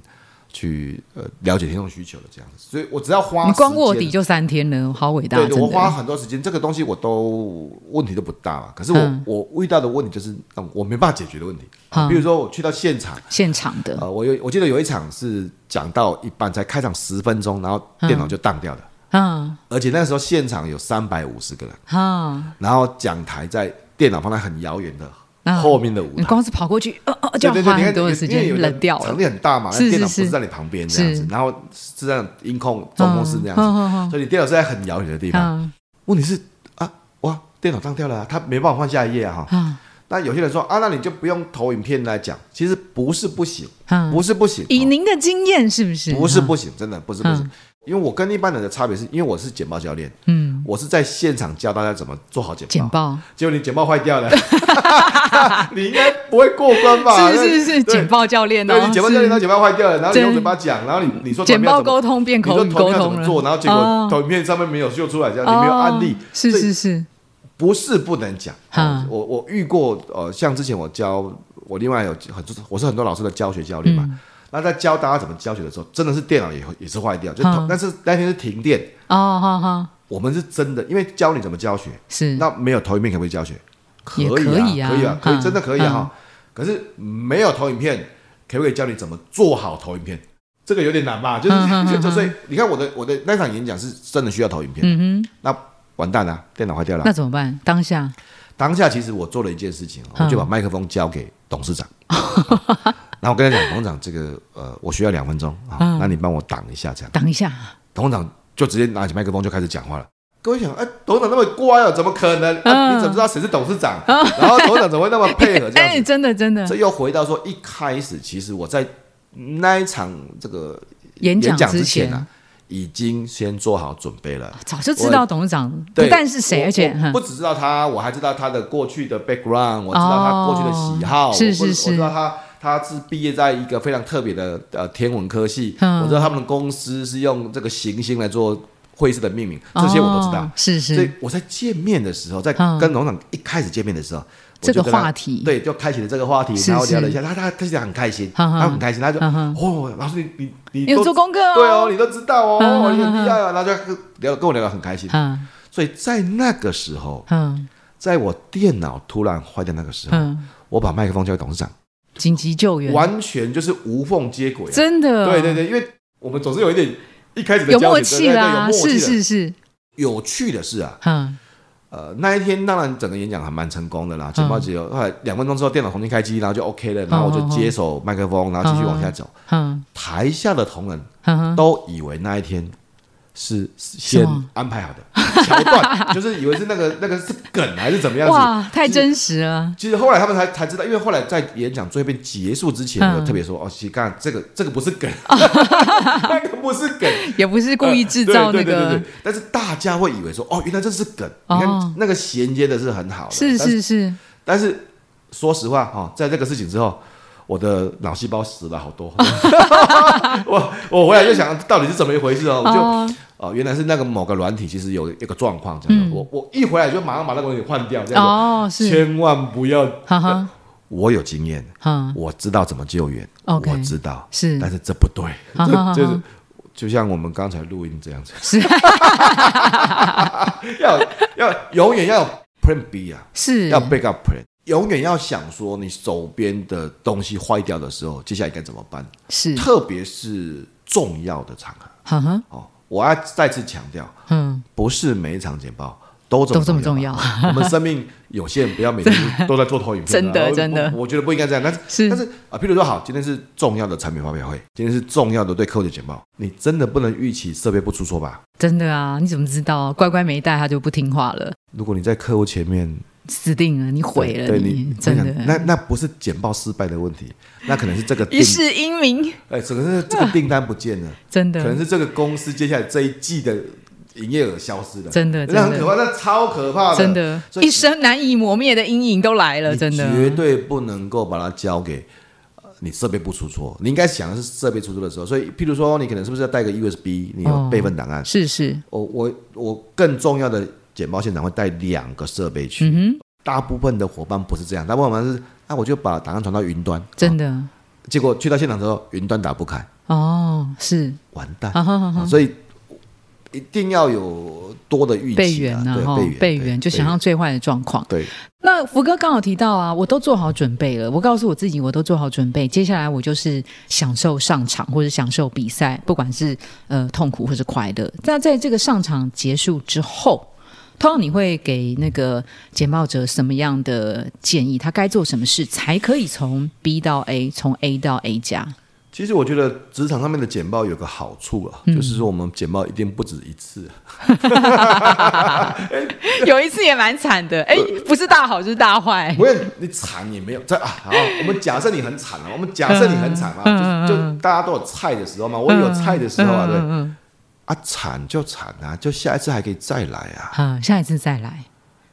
[SPEAKER 2] 去呃了解听众需求的这样子，所以我只要花
[SPEAKER 1] 你光
[SPEAKER 2] 时
[SPEAKER 1] 卧
[SPEAKER 2] 间
[SPEAKER 1] 底就三天了，好伟大，
[SPEAKER 2] 对
[SPEAKER 1] 真
[SPEAKER 2] 对，我花
[SPEAKER 1] 的，
[SPEAKER 2] 很多时间，这个东西我都问题都不大嘛。可是我、
[SPEAKER 1] 嗯
[SPEAKER 2] 我遇到的问题就是嗯我没办法解决的问题，
[SPEAKER 1] 嗯
[SPEAKER 2] 比如说我去到现场。
[SPEAKER 1] 现场的，
[SPEAKER 2] 呃，我有我记得有一场是讲到一半才开场十分钟，然后电脑就当掉了，
[SPEAKER 1] 嗯
[SPEAKER 2] 而且那时候现场有三百五十个人，
[SPEAKER 1] 哈。
[SPEAKER 2] 然后讲台在电脑放在很遥远的、
[SPEAKER 1] 啊
[SPEAKER 2] 后面的舞
[SPEAKER 1] 你
[SPEAKER 2] 台。
[SPEAKER 1] 光是跑过去，呃呃，就
[SPEAKER 2] 对
[SPEAKER 1] 要
[SPEAKER 2] 对对，
[SPEAKER 1] 花
[SPEAKER 2] 你看
[SPEAKER 1] 很多的时
[SPEAKER 2] 因为因
[SPEAKER 1] 间
[SPEAKER 2] 为有的
[SPEAKER 1] 冷掉
[SPEAKER 2] 场
[SPEAKER 1] 了。
[SPEAKER 2] 地很大嘛，
[SPEAKER 1] 是是
[SPEAKER 2] 电脑不
[SPEAKER 1] 是
[SPEAKER 2] 是在你旁边这样子
[SPEAKER 1] 是，
[SPEAKER 2] 然后是在音控总公司那样子，
[SPEAKER 1] 嗯嗯嗯嗯
[SPEAKER 2] 所以你电脑是在很遥远的地方。
[SPEAKER 1] 嗯
[SPEAKER 2] 问题是啊，哇，电脑当掉了啊、他没办法换下一页啊哈、
[SPEAKER 1] 嗯
[SPEAKER 2] 那有些人说啊，那你就不用投影片来讲，其实不是不行，
[SPEAKER 1] 嗯，
[SPEAKER 2] 不是不行，
[SPEAKER 1] 以
[SPEAKER 2] 哦
[SPEAKER 1] 您的经验是不是？
[SPEAKER 2] 不是
[SPEAKER 1] 哈
[SPEAKER 2] 不行，真的不是不行
[SPEAKER 1] 嗯。
[SPEAKER 2] 因为我跟一般人的差别是，因为我是简报教练，
[SPEAKER 1] 嗯，
[SPEAKER 2] 我是在现场教大家怎么做好简报。
[SPEAKER 1] 简报
[SPEAKER 2] 结果你简报坏掉
[SPEAKER 1] (laughs)
[SPEAKER 2] 了，你应该不会过关吧？
[SPEAKER 1] 是是是
[SPEAKER 2] 啊对
[SPEAKER 1] 简。报教练
[SPEAKER 2] 对
[SPEAKER 1] 哦，
[SPEAKER 2] 你简报教练，他
[SPEAKER 1] 是
[SPEAKER 2] 简报坏掉了，然后你用
[SPEAKER 1] 对
[SPEAKER 2] 嘴巴讲，然后你你说
[SPEAKER 1] 简报沟
[SPEAKER 2] 通，
[SPEAKER 1] 通变
[SPEAKER 2] 你
[SPEAKER 1] 口
[SPEAKER 2] 说
[SPEAKER 1] 语
[SPEAKER 2] 投
[SPEAKER 1] 沟
[SPEAKER 2] 票怎
[SPEAKER 1] 通
[SPEAKER 2] 么
[SPEAKER 1] 了，
[SPEAKER 2] 做，然后结果
[SPEAKER 1] 哦
[SPEAKER 2] 投影片上面没有秀出来，这样你
[SPEAKER 1] 哦
[SPEAKER 2] 没有案例，
[SPEAKER 1] 是
[SPEAKER 2] 所以
[SPEAKER 1] 是是，
[SPEAKER 2] 不是不能讲，哦
[SPEAKER 1] 哈
[SPEAKER 2] 我我遇过呃，像之前我教我另外有很我是很多老师的教学教练
[SPEAKER 1] 嗯
[SPEAKER 2] 嘛，那在教大家怎么教学的时候，真的是电脑也会也是坏掉，就同、
[SPEAKER 1] 嗯
[SPEAKER 2] 但是那天是停电，
[SPEAKER 1] 哦哈哈，
[SPEAKER 2] 我们是真的，因为教你怎么教学，
[SPEAKER 1] 是
[SPEAKER 2] 那没有投影片可不可以教学？可
[SPEAKER 1] 嗯也可以
[SPEAKER 2] 以
[SPEAKER 1] 啊
[SPEAKER 2] 啊，可以啊，可
[SPEAKER 1] 嗯
[SPEAKER 2] 以，真的可以啊哈。可是没有投影片，可不可以教你怎么做好投影片？这个有点难吧？就是
[SPEAKER 1] 嗯嗯嗯
[SPEAKER 2] 就就
[SPEAKER 1] 嗯
[SPEAKER 2] 所以你看我的我的那场演讲是真的需要投影片，
[SPEAKER 1] 嗯哼，
[SPEAKER 2] 那完蛋了，电脑坏掉了
[SPEAKER 1] 那。怎么办？当下
[SPEAKER 2] 当下其实我做了一件事情，哦
[SPEAKER 1] 嗯
[SPEAKER 2] 我就把麦克风交给董事 (laughs) 长。然后我跟他讲，董事长，这个呃，我需要两分钟啊，
[SPEAKER 1] 嗯
[SPEAKER 2] 那你帮我挡一下，这样。
[SPEAKER 1] 挡一下，
[SPEAKER 2] 董事长就直接拿起麦克风就开始讲话了。各位想，哎、董事长那么乖哦，怎么可能？啊、
[SPEAKER 1] 嗯
[SPEAKER 2] 你怎么知道谁是董事 (laughs) 长？然后董事长怎么会那么配 (laughs) 合这
[SPEAKER 1] (laughs)
[SPEAKER 2] 样
[SPEAKER 1] 哎，
[SPEAKER 2] 子？
[SPEAKER 1] 真的真的
[SPEAKER 2] 这，又回到说，一开始其实我在那一场这个
[SPEAKER 1] 演讲
[SPEAKER 2] 讲
[SPEAKER 1] 之
[SPEAKER 2] 之
[SPEAKER 1] 前
[SPEAKER 2] 前啊，已经先做好准备了。
[SPEAKER 1] 早就知道董事长不
[SPEAKER 2] 对
[SPEAKER 1] 但是谁，
[SPEAKER 2] 我
[SPEAKER 1] 而且嗯
[SPEAKER 2] 我
[SPEAKER 1] 哼
[SPEAKER 2] 不只知道他，我还知道他的过去的 background，我知道他过去的喜好，
[SPEAKER 1] 哦
[SPEAKER 2] 我
[SPEAKER 1] 是
[SPEAKER 2] 不
[SPEAKER 1] 是是
[SPEAKER 2] 我知道他他是毕业在一个非常特别的呃天文科系，
[SPEAKER 1] 嗯
[SPEAKER 2] 我知道他们的公司是用这个行星来做会议室的命名，这些我都知道
[SPEAKER 1] 哦。是
[SPEAKER 2] 所以
[SPEAKER 1] 是，
[SPEAKER 2] 我在见面的时候，在
[SPEAKER 1] 嗯
[SPEAKER 2] 跟董事长一开始见面的时候，
[SPEAKER 1] 这个
[SPEAKER 2] 我就跟他
[SPEAKER 1] 话题
[SPEAKER 2] 对，就开启了这个话题，
[SPEAKER 1] 是
[SPEAKER 2] 然后聊了一下，他他他现在很开心，
[SPEAKER 1] 嗯嗯
[SPEAKER 2] 他很开心，他就
[SPEAKER 1] 嗯嗯
[SPEAKER 2] 哦，老师你你
[SPEAKER 1] 你
[SPEAKER 2] 你
[SPEAKER 1] 有
[SPEAKER 2] 都
[SPEAKER 1] 做功课哦，
[SPEAKER 2] 对哦，，你都知道
[SPEAKER 1] 嗯
[SPEAKER 2] 哦，
[SPEAKER 1] 嗯
[SPEAKER 2] 你很
[SPEAKER 1] 嗯
[SPEAKER 2] 厉害啊，然后就聊跟我聊得很开心。
[SPEAKER 1] 嗯
[SPEAKER 2] 所以在那个时候，
[SPEAKER 1] 嗯
[SPEAKER 2] 在我电脑突然坏掉那个时候，
[SPEAKER 1] 嗯，
[SPEAKER 2] 我把麦克风交给董事长，
[SPEAKER 1] 紧急救援，
[SPEAKER 2] 完全就是无缝接轨、啊。
[SPEAKER 1] 真的，
[SPEAKER 2] 对对，对，因为我们总是有一点一开始的
[SPEAKER 1] 有
[SPEAKER 2] 交
[SPEAKER 1] 默
[SPEAKER 2] 集
[SPEAKER 1] 契
[SPEAKER 2] 对对对有
[SPEAKER 1] 啦，
[SPEAKER 2] 默契
[SPEAKER 1] 是
[SPEAKER 2] 的
[SPEAKER 1] 是是，
[SPEAKER 2] 有趣的是啊，
[SPEAKER 1] 嗯
[SPEAKER 2] 呃，那一天当然整个演讲还蛮成功的啦，情报只有后来两分钟之后电脑重新开机，然后就 OK 了，然后我就接手麦克风，然后继续往下走。
[SPEAKER 1] 嗯
[SPEAKER 2] 台下的同仁
[SPEAKER 1] 嗯嗯，
[SPEAKER 2] 都以为那一天是先
[SPEAKER 1] 什么
[SPEAKER 2] 安排好的 (laughs) 桥段，就是以为是那个那个是梗还是怎么样子。
[SPEAKER 1] 哇，太真实了，
[SPEAKER 2] 其实后来他们才才知道，因为后来在演讲最后一遍结束之前，
[SPEAKER 1] 嗯
[SPEAKER 2] 我特别说哦，其实刚才这个这个不
[SPEAKER 1] (laughs)
[SPEAKER 2] 是梗，那个不是梗，
[SPEAKER 1] 也不是 (laughs) 故意制造那
[SPEAKER 2] 呃对对对对
[SPEAKER 1] 个
[SPEAKER 2] 对，但是大家会以为说哦，原来这是梗，
[SPEAKER 1] 哦
[SPEAKER 2] 你看那个衔接的是很好的，
[SPEAKER 1] 是
[SPEAKER 2] 但是
[SPEAKER 1] 是是，
[SPEAKER 2] 但是说实话哈、哦，在这个事情之后。我的脑细胞死了
[SPEAKER 1] (laughs)
[SPEAKER 2] 好多， (laughs) 我我回来就想到底是怎么一回事哦，我就
[SPEAKER 1] 哦，
[SPEAKER 2] 哦，原来是那个某个软体其实有一个状况，这样的、
[SPEAKER 1] 嗯
[SPEAKER 2] 我我一回来就马上把那个东西换掉，这样子、
[SPEAKER 1] 哦是，
[SPEAKER 2] 千万不要。
[SPEAKER 1] 哈哈，
[SPEAKER 2] 我有经验，
[SPEAKER 1] 嗯
[SPEAKER 2] 我知道怎么救援
[SPEAKER 1] OK
[SPEAKER 2] 我知道，
[SPEAKER 1] 是
[SPEAKER 2] 但是
[SPEAKER 1] (laughs)
[SPEAKER 2] 这不对，
[SPEAKER 1] 好好好
[SPEAKER 2] 这就
[SPEAKER 1] 好
[SPEAKER 2] 是就像我们刚才录音这样子，
[SPEAKER 1] 是
[SPEAKER 2] 要要永远要有 Plan B 啊，
[SPEAKER 1] 是
[SPEAKER 2] 要 backup plan，永远要想说你手边的东西坏掉的时候，接下来该怎么办，
[SPEAKER 1] 是，
[SPEAKER 2] 特别是重要的场合
[SPEAKER 1] 哈哈，
[SPEAKER 2] 哦，我要再次强调，
[SPEAKER 1] 嗯，
[SPEAKER 2] 不是每一场简报。都这
[SPEAKER 1] 都
[SPEAKER 2] 么
[SPEAKER 1] 这么
[SPEAKER 2] 重
[SPEAKER 1] 重
[SPEAKER 2] 要。
[SPEAKER 1] 要，
[SPEAKER 2] (laughs) 我们生命有限，不要每天都在做投影片
[SPEAKER 1] 真
[SPEAKER 2] 啊。
[SPEAKER 1] 的
[SPEAKER 2] 我
[SPEAKER 1] 真的
[SPEAKER 2] 我我觉得不应该这样。但是
[SPEAKER 1] 是
[SPEAKER 2] 但是啊，譬如说，好，今天是重要的产品发表会，今天是重要的对客户的简报，你真的不能预期设备不出错吧？
[SPEAKER 1] 真的啊，你怎么知道？乖乖没带他就不听话了，
[SPEAKER 2] 如果你在客户前面
[SPEAKER 1] 死定了，你毁了
[SPEAKER 2] 对对你
[SPEAKER 1] 真
[SPEAKER 2] 我跟你讲那
[SPEAKER 1] 的，
[SPEAKER 2] 那不是简报失败的问题，那可能是这个订
[SPEAKER 1] 一，世英名，
[SPEAKER 2] 哎，可能是这
[SPEAKER 1] (laughs)
[SPEAKER 2] 个订单不见了，
[SPEAKER 1] 真
[SPEAKER 2] 可
[SPEAKER 1] 的，
[SPEAKER 2] 能是这个公司接下来这一季的营业额消失了，
[SPEAKER 1] 真的，真
[SPEAKER 2] 那很
[SPEAKER 1] 的，
[SPEAKER 2] 可怕，那超可怕
[SPEAKER 1] 真的，
[SPEAKER 2] 所以
[SPEAKER 1] 一生难以磨灭的阴影都来了，
[SPEAKER 2] 你
[SPEAKER 1] 真
[SPEAKER 2] 绝
[SPEAKER 1] 的，
[SPEAKER 2] 对不能够把它交给呃你设备不出错。你应该想的是设备出错的时候，所以譬如说你可能是不是要带个 USB，你
[SPEAKER 1] 哦
[SPEAKER 2] 有备份档案？
[SPEAKER 1] 是是，
[SPEAKER 2] 我我我更重要的简报现场会带两个设备去。
[SPEAKER 1] 嗯哼，
[SPEAKER 2] 大部分的伙伴不是这样，大部分伙伴是那、我就把档案传到云端，
[SPEAKER 1] 真
[SPEAKER 2] 啊
[SPEAKER 1] 的，
[SPEAKER 2] 结果去到现场之后，云端打不开，
[SPEAKER 1] 哦，是，
[SPEAKER 2] 完蛋。
[SPEAKER 1] 哈哈哈哈
[SPEAKER 2] 啊。所以一定要有多的预
[SPEAKER 1] (laughs) 备
[SPEAKER 2] 期、
[SPEAKER 1] 援
[SPEAKER 2] 啊，
[SPEAKER 1] 呐、
[SPEAKER 2] 对
[SPEAKER 1] 哈，
[SPEAKER 2] 备援，
[SPEAKER 1] 备
[SPEAKER 2] 对
[SPEAKER 1] 援就想象最坏的状况。
[SPEAKER 2] 对。
[SPEAKER 1] 那福哥刚好提到啊，我都做好准备了，我告诉我自己，我都做好准备，接下来我就是享受上场或者享受比赛，不管是呃痛苦或是快乐。那在这个上场结束之后，通常你会给那个简报者什么样的建议？他该做什么事才可以从 B 到 A，从 A 到 A 加？
[SPEAKER 2] 其实我觉得职场上面的简报有个好处啊，
[SPEAKER 1] 嗯
[SPEAKER 2] 就是说我们简报一定不止一次。
[SPEAKER 1] (laughs)
[SPEAKER 2] 啊
[SPEAKER 1] 有一次也蛮惨的，哎，不是大好就是大坏。
[SPEAKER 2] 不是你惨也没有，这啊，好，我们假设你很惨啊，我们假设你很惨
[SPEAKER 1] 嗯
[SPEAKER 2] 啊，就是就大家都有菜的时候嘛，我也有菜的时候啊，对
[SPEAKER 1] 嗯嗯
[SPEAKER 2] 啊，惨就惨啊，就下一次还可以再来啊，
[SPEAKER 1] 嗯嗯下一次再来。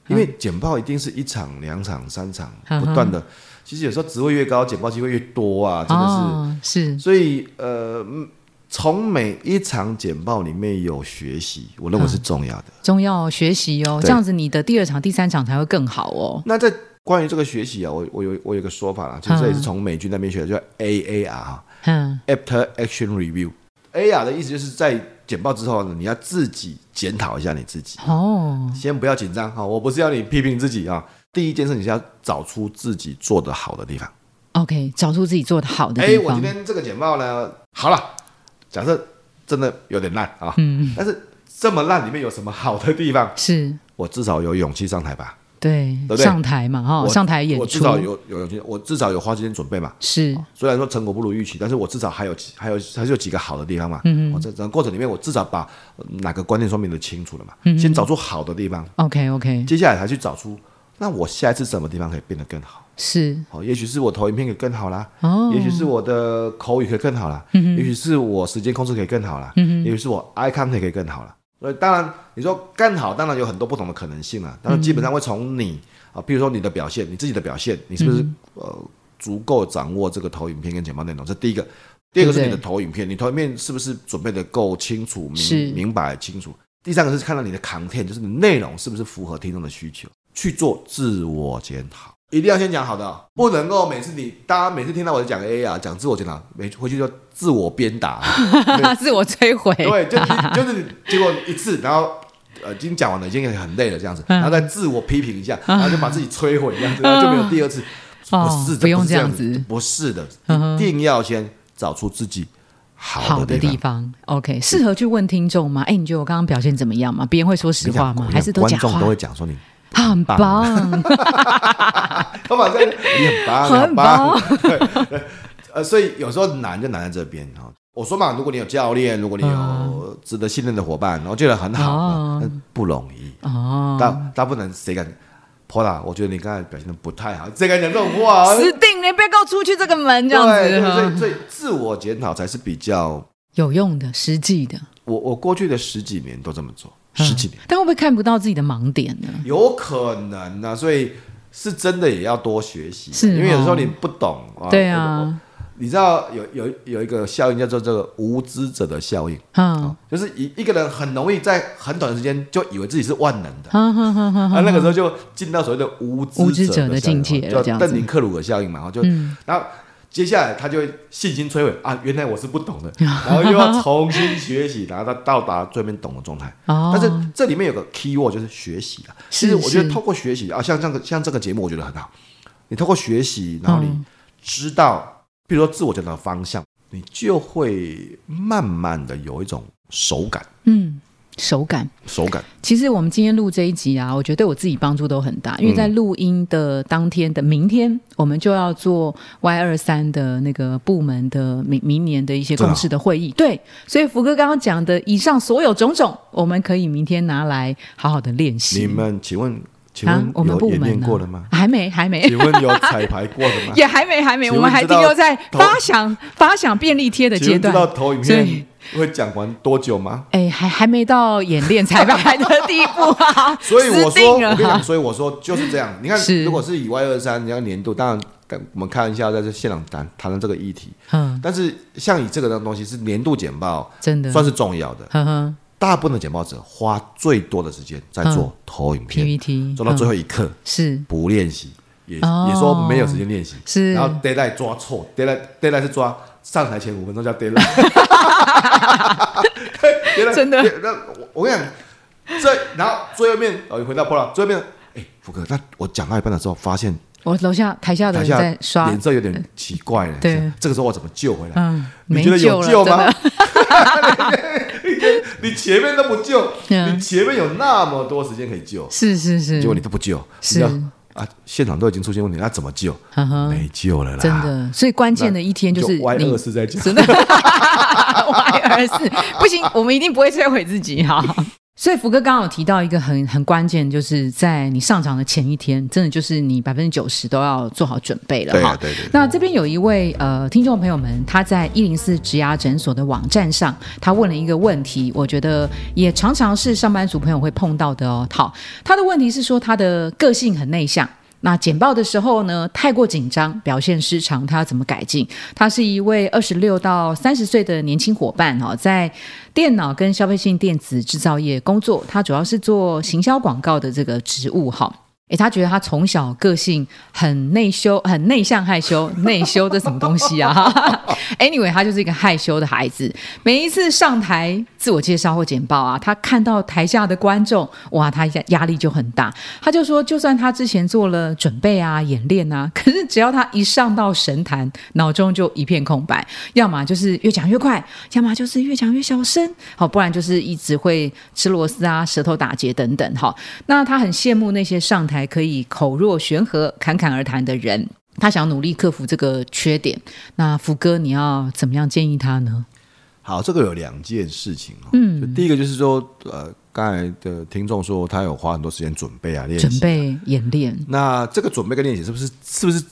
[SPEAKER 2] 因为简报一定是一场、两场、三场
[SPEAKER 1] 嗯
[SPEAKER 2] 不断的，其实有时候职位越高，简报机会越多啊，真的是。
[SPEAKER 1] 哦、是
[SPEAKER 2] 所以呃，嗯从每一场简报里面有学习，我认为
[SPEAKER 1] 嗯
[SPEAKER 2] 是重要的。
[SPEAKER 1] 中药学习哦，这
[SPEAKER 2] 对
[SPEAKER 1] 样子你的第二场、第三场才会更好哦。
[SPEAKER 2] 那在关于这个学习啊，我我有我有个说法啦，其实这也是从美军那边学的，叫 AAR 哈
[SPEAKER 1] 嗯，
[SPEAKER 2] ，After Action Review。AR 的意思就是在简报之后呢，你要自己检讨一下你自己，
[SPEAKER 1] 哦，
[SPEAKER 2] 先不要紧张哈，我不是要你批评自己啊，第一件事你是要找出自己做的好的地方。
[SPEAKER 1] OK，找出自己做的好的
[SPEAKER 2] 哎，
[SPEAKER 1] 地
[SPEAKER 2] 我
[SPEAKER 1] 方
[SPEAKER 2] 今。天这个简报呢，好了，假设真的有点烂
[SPEAKER 1] 嗯
[SPEAKER 2] 啊，但是这么烂里面有什么好的地方？
[SPEAKER 1] 是
[SPEAKER 2] 我至少有勇气上台吧，
[SPEAKER 1] 对
[SPEAKER 2] 不对
[SPEAKER 1] 上台嘛，哈，
[SPEAKER 2] 我
[SPEAKER 1] 上台演
[SPEAKER 2] 我至
[SPEAKER 1] 出
[SPEAKER 2] 少有有勇气，我至少有花时间准备嘛。
[SPEAKER 1] 是
[SPEAKER 2] 虽然说成果不如预期，但是我至少还有还有还是有几个好的地方嘛。嗯我这整个过程里面，我至少把呃哪个关键说明的清楚了嘛。嗯先找出好的地方，
[SPEAKER 1] OK OK
[SPEAKER 2] 接下来才去找出那我下一次什么地方可以变得更好。
[SPEAKER 1] 是
[SPEAKER 2] 哦，也许是我投影片可以更好啦，
[SPEAKER 1] 哦 (laughs)
[SPEAKER 2] 也许是我的口语可以更好啦，嗯、也许是我时间控制可以更好啦，嗯、也许是我 eye contact 可以更好啦。所以当然，你说更好，当然有很多不同的可能性啦。当然，基本上会从
[SPEAKER 1] 嗯
[SPEAKER 2] 你啊，比如说你的表现，你自己的表现，你是不是、呃足够掌握这个投影片跟简报内容？这第一个。第二个是
[SPEAKER 1] 对
[SPEAKER 2] 你的投影片，你投影片是不是准备的够清楚、
[SPEAKER 1] 是
[SPEAKER 2] 明明白清楚？第三个是看到你的 content，就是你内容是不是符合听众的需求，去做自我检讨。一定要先讲好的哦，不能够每次你大家每次听到我讲 A 啊，讲自我检讨，每回去就自我鞭
[SPEAKER 1] (laughs)
[SPEAKER 2] 打，
[SPEAKER 1] 自我摧毁，
[SPEAKER 2] 对，就你就是你结果一次，然后呃已经讲完了，已经很累了这样子，
[SPEAKER 1] 嗯
[SPEAKER 2] 然后再自我批评一下，然后就把自己摧毁这样子，然后就没有第二次。
[SPEAKER 1] 哦
[SPEAKER 2] 不是的，
[SPEAKER 1] 不用
[SPEAKER 2] 是这
[SPEAKER 1] 这样
[SPEAKER 2] 子
[SPEAKER 1] 子，嗯
[SPEAKER 2] 不是的，一定要先找出自己好
[SPEAKER 1] 好
[SPEAKER 2] 的
[SPEAKER 1] 的
[SPEAKER 2] 地
[SPEAKER 1] 地
[SPEAKER 2] 方。
[SPEAKER 1] 方，OK，适合去问听众吗？哎，你觉得我刚刚表现怎么样吗？别人会说实话吗？还是都
[SPEAKER 2] 观
[SPEAKER 1] 假
[SPEAKER 2] 众都
[SPEAKER 1] 话
[SPEAKER 2] 会？讲说你，
[SPEAKER 1] 很
[SPEAKER 2] (laughs)
[SPEAKER 1] 棒，
[SPEAKER 2] 他反正 (laughs) 你很棒，你
[SPEAKER 1] 很棒，
[SPEAKER 2] 呃，所以有时候难就难在这边哈、哦。我说嘛，如果你有教练，如果你有值得信任的伙伴，然后觉得很好，
[SPEAKER 1] 嗯
[SPEAKER 2] 啊
[SPEAKER 1] 哦
[SPEAKER 2] 那不容易。
[SPEAKER 1] 哦，
[SPEAKER 2] 大大部分人谁敢？Pola，我觉得你刚才表现的不太好，谁敢讲这种话？
[SPEAKER 1] 死定了，你不要给我出去这个门，这样
[SPEAKER 2] 啊对
[SPEAKER 1] 子
[SPEAKER 2] 对，所以
[SPEAKER 1] 哈，
[SPEAKER 2] 所以自我检讨才是比较。
[SPEAKER 1] 有用的，实际的，
[SPEAKER 2] 我我过去的十几年都这么做，十几年、
[SPEAKER 1] 但会不会看不到自己的盲点呢？
[SPEAKER 2] 有可能啊，所以是真的也要多学习，啊
[SPEAKER 1] 是
[SPEAKER 2] 因为有时候
[SPEAKER 1] 哦
[SPEAKER 2] 你不懂啊。
[SPEAKER 1] 对
[SPEAKER 2] 我
[SPEAKER 1] 啊，
[SPEAKER 2] 你知道有有有一个效应叫做这个无知者的效应，
[SPEAKER 1] 嗯，
[SPEAKER 2] 就是一一个人很容易在很短的时间就以为自己是万能
[SPEAKER 1] (laughs)
[SPEAKER 2] 的，
[SPEAKER 1] 哼哼哼嗯哼
[SPEAKER 2] 啊，那个时候就进到所谓的无
[SPEAKER 1] 无
[SPEAKER 2] 知
[SPEAKER 1] 知者
[SPEAKER 2] 的
[SPEAKER 1] 的
[SPEAKER 2] 效应嘛
[SPEAKER 1] 境界了这
[SPEAKER 2] 叫
[SPEAKER 1] 样子嗯
[SPEAKER 2] 邓宁克鲁格效应嘛，然后哦就，然后接下来他就会信心摧毁啊，原来我是不
[SPEAKER 1] (laughs)
[SPEAKER 2] 懂的，然后又要重新学习，然后他到达最面懂的状态。
[SPEAKER 1] 哦，
[SPEAKER 2] 但是这里面有个 key word 就是学习啊，其
[SPEAKER 1] 是
[SPEAKER 2] 实我觉得
[SPEAKER 1] 是
[SPEAKER 2] 透过学习啊，像这个像这个节目，我觉得很好。你透过学习，然后你
[SPEAKER 1] 嗯
[SPEAKER 2] 知道，比如说自我检讨的方向，你就会慢慢的有一种手感，
[SPEAKER 1] 嗯，手感。
[SPEAKER 2] 手感。
[SPEAKER 1] 其实我们今天录这一集啊，我觉得对我自己帮助都很大，
[SPEAKER 2] 嗯
[SPEAKER 1] 因为在录音的当天的明天，我们就要做 Y 二三的那个部门的明明年的一些
[SPEAKER 2] 真的啊
[SPEAKER 1] 共识的会议。对，所以福哥刚刚讲的以上所有种种，我们可以明天拿来好好的练
[SPEAKER 2] 你
[SPEAKER 1] 习。
[SPEAKER 2] 们请问，请
[SPEAKER 1] 啊
[SPEAKER 2] 问，
[SPEAKER 1] 我们
[SPEAKER 2] 有
[SPEAKER 1] 部
[SPEAKER 2] 演练
[SPEAKER 1] 门呢
[SPEAKER 2] 过了吗？？
[SPEAKER 1] 还没，还没。
[SPEAKER 2] 请问有彩排过的
[SPEAKER 1] (laughs)
[SPEAKER 2] 吗？
[SPEAKER 1] 也还没，还没，
[SPEAKER 2] 啊请
[SPEAKER 1] 我
[SPEAKER 2] 问
[SPEAKER 1] 们还
[SPEAKER 2] 知
[SPEAKER 1] 停
[SPEAKER 2] 道
[SPEAKER 1] 留在
[SPEAKER 2] 投
[SPEAKER 1] 发想发想便利贴的
[SPEAKER 2] 请
[SPEAKER 1] 阶
[SPEAKER 2] 问知
[SPEAKER 1] 段。
[SPEAKER 2] 道投影
[SPEAKER 1] 所
[SPEAKER 2] 片
[SPEAKER 1] 以
[SPEAKER 2] 会讲完多久吗？
[SPEAKER 1] 哎，还还没到演练彩排的地步啊！
[SPEAKER 2] (laughs) 所以我
[SPEAKER 1] 死
[SPEAKER 2] 说，
[SPEAKER 1] 定
[SPEAKER 2] 我
[SPEAKER 1] 了
[SPEAKER 2] 跟你
[SPEAKER 1] 啊
[SPEAKER 2] 讲，所以我说就是
[SPEAKER 1] (laughs)
[SPEAKER 2] 这样。你看，
[SPEAKER 1] 是
[SPEAKER 2] 如果是以 Y 二三，你要年度，当然我们看一下在这现场谈谈论这个议题。
[SPEAKER 1] 嗯，
[SPEAKER 2] 但是像以这个东西是年度简报，
[SPEAKER 1] 真的，
[SPEAKER 2] 算是重要的。
[SPEAKER 1] 呵呵
[SPEAKER 2] 大部分的简报者花最多的时间在
[SPEAKER 1] 嗯
[SPEAKER 2] 做投影片，
[SPEAKER 1] ，PPT
[SPEAKER 2] 做到最
[SPEAKER 1] 后、
[SPEAKER 2] 后一刻
[SPEAKER 1] 嗯、是
[SPEAKER 2] 不练习，也也
[SPEAKER 1] 哦
[SPEAKER 2] 说没有时间练习，
[SPEAKER 1] 是
[SPEAKER 2] 然后 d a y l i g h t 抓错 d a y l i g h t d a y l i g h t 是抓上台前五分钟叫 d a y l
[SPEAKER 1] (laughs)
[SPEAKER 2] i g h t
[SPEAKER 1] 真的
[SPEAKER 2] 那我我跟你讲，这然后最后面哦，你回到波浪，最后面，哎，福哥，那我讲到一半的时候发现
[SPEAKER 1] 我楼下台下的
[SPEAKER 2] 台
[SPEAKER 1] 人
[SPEAKER 2] 下
[SPEAKER 1] 在刷呃
[SPEAKER 2] 脸，色有点奇怪了，
[SPEAKER 1] 对
[SPEAKER 2] 这个时候我怎么救回来？
[SPEAKER 1] 嗯，
[SPEAKER 2] 你
[SPEAKER 1] 没
[SPEAKER 2] 觉得有
[SPEAKER 1] 了，
[SPEAKER 2] 救
[SPEAKER 1] 真
[SPEAKER 2] 吗
[SPEAKER 1] 的，？
[SPEAKER 2] (laughs) 你前面都不救，
[SPEAKER 1] 嗯
[SPEAKER 2] 你前面有那么多时间可以救，
[SPEAKER 1] 是是是，
[SPEAKER 2] 结果你都不救，
[SPEAKER 1] 是
[SPEAKER 2] 你知道啊，现场都已经出现问题，那怎么救？
[SPEAKER 1] 呵呵
[SPEAKER 2] 没救了啦！
[SPEAKER 1] 真的，所以关键的一天就是
[SPEAKER 2] 就歪
[SPEAKER 1] 你
[SPEAKER 2] 二四在讲，
[SPEAKER 1] 真的 (laughs) ，Y 二四不行，我们一定不会摧毁自己哈。所以福哥刚刚有提到一个很很关键，就是在你上场的前一天，真的就是你百分之九十都要做好准备了
[SPEAKER 2] 对啊
[SPEAKER 1] 哈。
[SPEAKER 2] 对对对
[SPEAKER 1] 那这边有一位呃听众朋友们，他在一零四植牙诊所的网站上，他问了一个问题，我觉得也常常是上班族朋友会碰到的哦。好，他的问题是说他的个性很内向。那简报的时候呢，太过紧张，表现失常，他要怎么改进？他是一位二十六到三十岁的年轻伙伴哦，在电脑跟消费性电子制造业工作，他主要是做行销广告的这个职务哈。诶，他觉得他从小个性很内羞，很内向害羞，内羞这什么东西啊 (laughs) ？Anyway，他就是一个害羞的孩子。每一次上台自我介绍或简报啊，他看到台下的观众，哇，他压压力就很大。他就说，就算他之前做了准备啊、演练啊，可是只要他一上到神坛，脑中就一片空白，要么就是越讲越快，要么就是越讲越小声，好，不然就是一直会吃螺丝啊、舌头打结等等，哈。那他很羡慕那些上台可以口若悬河、侃侃而谈的人，他想努力克服这个缺点。那福哥，你要怎么样建议他呢？
[SPEAKER 2] 好，这个有两件事情哦。嗯，就第一个就是说，呃，刚才的听众说他有花很多时间准备啊，练习。
[SPEAKER 1] 准。备演练，
[SPEAKER 2] 那这个准备跟练习是不是是不是